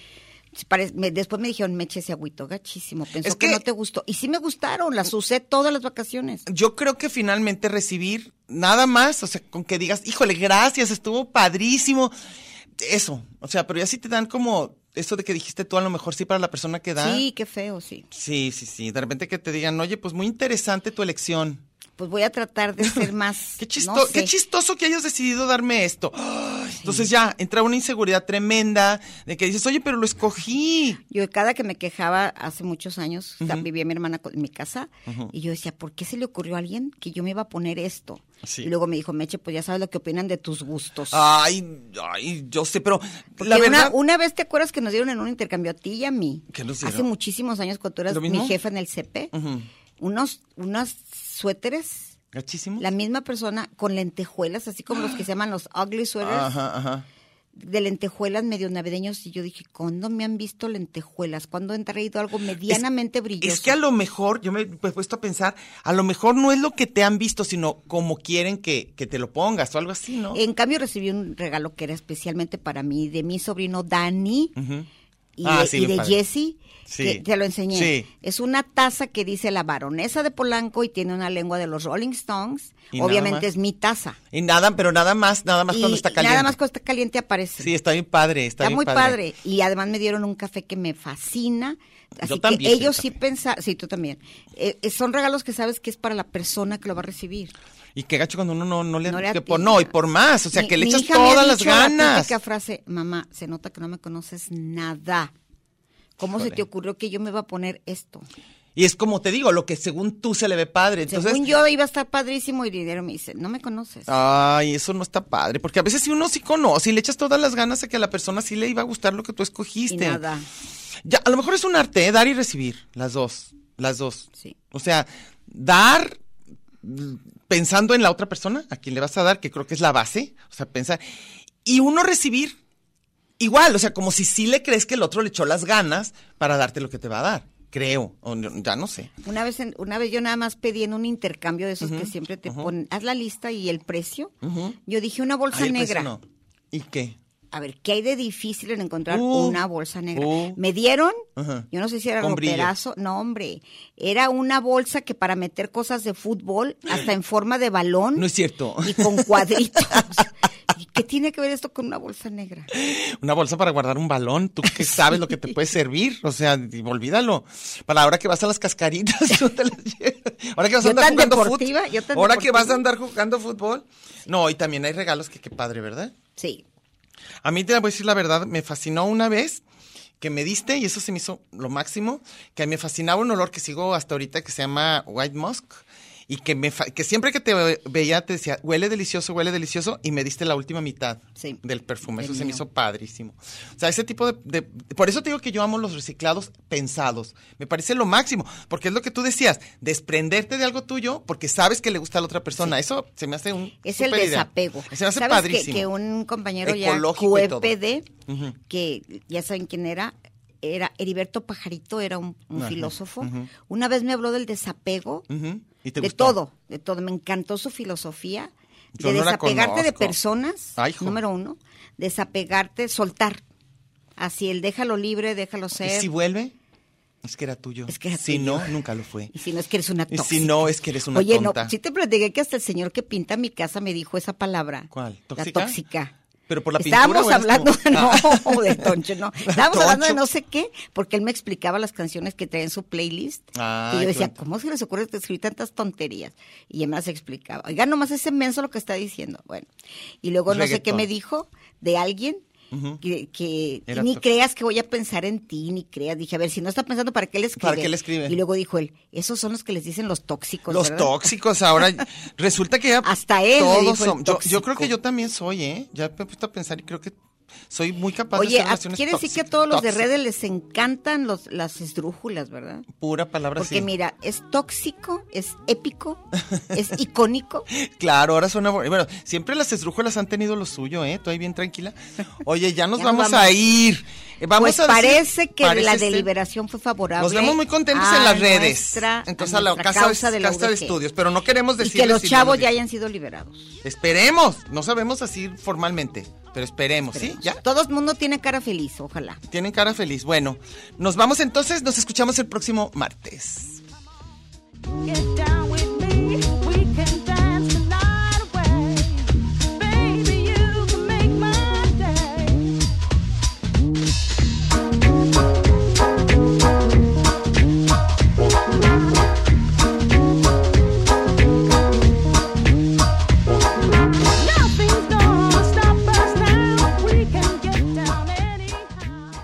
S1: se pare- me- después me dijeron, me eché ese agüito, gachísimo. Pensó
S2: Es
S1: que,
S2: que-
S1: no te gustó. Y sí me gustaron, las usé todas las vacaciones.
S2: yo creo que finalmente recibir nada más, o sea, con que digas, híjole, gracias, estuvo padrísimo. Eso, o sea, pero ya sí te dan como eso de que dijiste tú, a lo mejor sí para la persona que da.
S1: Sí, qué feo, sí.
S2: Sí, sí, sí. De repente que te digan, oye, pues muy interesante tu elección.
S1: Pues voy a tratar de ser más.
S2: Qué,
S1: no
S2: chisto
S1: sé.
S2: qué chistoso que hayas decidido darme esto. Ay, Entonces ya entra una inseguridad tremenda de que dices, oye, pero lo escogí.
S1: Yo cada que me quejaba hace muchos años, o sea, vivía mi hermana co- en mi casa, y yo decía, ¿por qué se le ocurrió a alguien que yo me iba a poner esto?
S2: Sí.
S1: Y luego me dijo, Meche, pues ya sabes lo que opinan de tus gustos.
S2: Ay, ay, yo sé, pero la
S1: Porque una-
S2: verdad.
S1: una, vez te acuerdas que nos dieron en un intercambio a ti y a mí.
S2: ¿Qué nos dieron?
S1: Hace muchísimos años cuando tú eras
S2: ¿Lo
S1: mi
S2: mismo?
S1: jefa en el CP, unos, unos suéteres,
S2: Gachísimo.
S1: la misma persona con lentejuelas, así como los que se llaman los ugly sweaters,
S2: Ajá, ajá.
S1: de lentejuelas medio navideños. Y yo dije, ¿cuándo me han visto lentejuelas? ¿Cuándo han traído algo medianamente brilloso?
S2: Es que a lo mejor, yo me he puesto a pensar, a lo mejor no es lo que te han visto, sino como quieren que, que te lo pongas o algo así, ¿no?
S1: En cambio recibí un regalo que era especialmente para mí de mi sobrino Dani
S2: Ujú.
S1: y,
S2: Ah,
S1: de,
S2: sí,
S1: y
S2: bien
S1: de
S2: padre.
S1: Jesse.
S2: Sí.
S1: que Te lo enseñé.
S2: Sí.
S1: Es una taza que dice la baronesa de Polanco y tiene una lengua de los Rolling Stones.
S2: Y nada
S1: Obviamente
S2: más.
S1: es mi taza.
S2: Y nada, pero nada más, nada más
S1: y
S2: cuando está
S1: y
S2: caliente.
S1: Nada más cuando está caliente aparece.
S2: Sí, está bien padre, está,
S1: Está,
S2: bien
S1: muy padre. Y además me dieron un café que me fascina. Así que
S2: también quiero
S1: ellos sí
S2: café.
S1: pensaron, sí, tú también. Eh, eh, son regalos que sabes que es para la persona que lo va a recibir.
S2: Y qué gacho cuando uno no, no le,
S1: No le
S2: que por-
S1: atinas.
S2: no, y por más, o sea,
S1: Mi-
S2: que le
S1: mi
S2: echas
S1: hija me ha
S2: todas las
S1: dicho la
S2: ganas.
S1: típica frase, mamá, se nota que no me conoces nada. ¿Cómo se
S2: Híjole.
S1: te ocurrió que yo me iba a poner esto?
S2: Y es como te digo, lo que según tú se le ve padre. Entonces, Ah,
S1: Según yo iba a estar padrísimo y dinero me dice, no me conoces.
S2: Ay, eso no está padre, porque a veces si uno sí conoce y le echas todas las ganas a que a la persona sí le iba a gustar lo que tú
S1: y
S2: escogiste.
S1: nada.
S2: Ya, a lo mejor es un arte, ¿eh? dar y recibir, las dos, las dos.
S1: Sí.
S2: O sea, dar mm, pensando en la otra persona, a quien le vas a dar, que creo que es la base, o sea, pensar, y uno recibir igual, o sea, como si sí le crees que el otro le echó las ganas para darte lo que te va a dar, creo, o no- ya no sé.
S1: Una vez, en- una vez yo nada más pedí en un intercambio de esos que siempre te ponen, haz la lista y el precio. Yo dije una bolsa
S2: Ay, el precio
S1: negra.
S2: no. ¿Y qué?
S1: A ver, ¿qué hay de difícil en encontrar
S2: Uh,
S1: una bolsa negra?
S2: uh.
S1: Me dieron,
S2: Ajá.
S1: yo no sé si era
S2: Con brillo.
S1: roperazo, no hombre, era una bolsa que para meter cosas de fútbol, hasta en forma de balón.
S2: No es cierto.
S1: Y con cuadritos. ¿Y ¿Qué tiene que ver esto con una bolsa negra?
S2: Una bolsa para guardar un balón, tú que sabes lo que te puede servir, o sea, di- olvídalo. Para ahora que vas a las cascaritas, no te las llevas. Ahora que vas a
S1: Yo
S2: andar
S1: tan
S2: jugando
S1: deportiva,
S2: fútbol.
S1: yo tan
S2: ahora que vas a
S1: deportiva.
S2: andar jugando fútbol. No, y también hay regalos que qué padre, ¿verdad?
S1: Sí.
S2: A mí te voy a decir la verdad, me fascinó una vez que me diste y eso se me hizo lo máximo, que me fascinaba un olor que sigo hasta ahorita que se llama White Musk y que, me fa- que siempre que te veía te decía, huele delicioso, huele delicioso y me diste la última mitad
S1: Sí,
S2: del perfume, eso
S1: del
S2: se me
S1: mío.
S2: hizo padrísimo. O sea, ese tipo de, de- Por eso te digo que yo amo los reciclados pensados. Me parece lo máximo, porque es lo que tú decías, desprenderte de algo tuyo porque sabes que le gusta a la otra persona. Eso se me hace un...
S1: Es el
S2: súper ideal.
S1: desapego.
S2: Se me hace
S1: ¿Sabes que-
S2: padrísimo.
S1: Que, un compañero
S2: Ecológico y
S1: ya
S2: todo.
S1: QEPD,
S2: Ujú.
S1: que ya saben quién era, era Heriberto Pajarito, era un, un
S2: Ajá,
S1: filósofo.
S2: ujú.
S1: Una vez me habló del desapego,
S2: Ujú. ¿Y te
S1: de
S2: gustó?
S1: todo, de todo. Me encantó su filosofía.
S2: Yo
S1: de
S2: no la
S1: desapegarte de
S2: conozco.
S1: personas,
S2: Ay, hijo.
S1: número uno. Desapegarte, soltar. Así el déjalo libre, déjalo ser.
S2: ¿Y si vuelve? Es que era tuyo.
S1: Es que era
S2: si
S1: tuyo.
S2: no, nunca lo fue.
S1: Y si no es que eres una
S2: Y
S1: tóxica.
S2: si no, es que eres una
S1: Oye,
S2: tonta.
S1: no, sí te platiqué que hasta el señor que pinta mi casa me dijo esa palabra.
S2: ¿Cuál?
S1: La
S2: ¿Tóxica?
S1: tóxica.
S2: ¿Pero por la pintura
S1: Estábamos
S2: o eres
S1: hablando,
S2: tú?
S1: no,
S2: Ah.
S1: de Toncho, no. Estábamos hablando de
S2: Toncho.
S1: no sé qué, porque él me explicaba las canciones que trae en su playlist.
S2: Ay,
S1: y yo
S2: Ah, qué
S1: decía,
S2: bonito.
S1: ¿cómo se les ocurre escribir tantas tonterías? Y él me las explicaba. Oiga, nomás ese menso lo que está diciendo. Bueno, y luego no sé qué
S2: Reggaetón.
S1: me dijo de alguien. Que, que
S2: Era
S1: ni
S2: tóxico.
S1: creas que voy a pensar en ti, ni creas. Dije, a ver, si no está pensando, ¿para qué le escribe?
S2: ¿Para qué le escribe?
S1: Y luego dijo él, esos son los que les dicen los tóxicos.
S2: Los
S1: ¿verdad?
S2: tóxicos ahora. Resulta que ya.
S1: Hasta él le dijo el
S2: Todos son- yo,
S1: tóxico.
S2: yo creo que yo también soy, ¿eh? Ya me he puesto a pensar y creo que soy muy capaz de
S1: Oye,
S2: hacer
S1: ¿a-
S2: relaciones
S1: quiere decir que a
S2: tóxicas-
S1: todos los de
S2: tóxicas.
S1: redes les encantan los, las esdrújulas, ¿verdad?
S2: Pura palabra
S1: Porque
S2: sí.
S1: mira, es tóxico, es épico, es icónico.
S2: Claro, ahora suena. bo- Bueno, siempre las esdrújulas han tenido lo suyo, ¿eh? Estoy bien tranquila. Oye, ya nos,
S1: Ya nos
S2: vamos,
S1: vamos.
S2: a ir. Eh, Vamos
S1: pues
S2: a decir-
S1: parece que
S2: parece
S1: la
S2: ser-
S1: deliberación fue favorable.
S2: Nos vemos muy contentos en
S1: a
S2: las redes.
S1: Ah, nuestra-
S2: Entonces, a la
S1: nuestra
S2: casa,
S1: causa
S2: de,
S1: la
S2: casa de
S1: UDG.
S2: estudios. Pero no queremos
S1: Y
S2: decir.
S1: que los chavos ya hayan sido liberados.
S2: Esperemos. No sabemos así formalmente, pero esperemos, ¿sí? ¿Ya?
S1: Todo el mundo tiene cara feliz, ojalá.
S2: Tienen cara feliz. Bueno, nos vamos entonces. Nos escuchamos el próximo martes.
S3: Get down with me, we can dance the night away. Baby, you can make my day. Nothing's gonna stop us now. We can get down anyhow.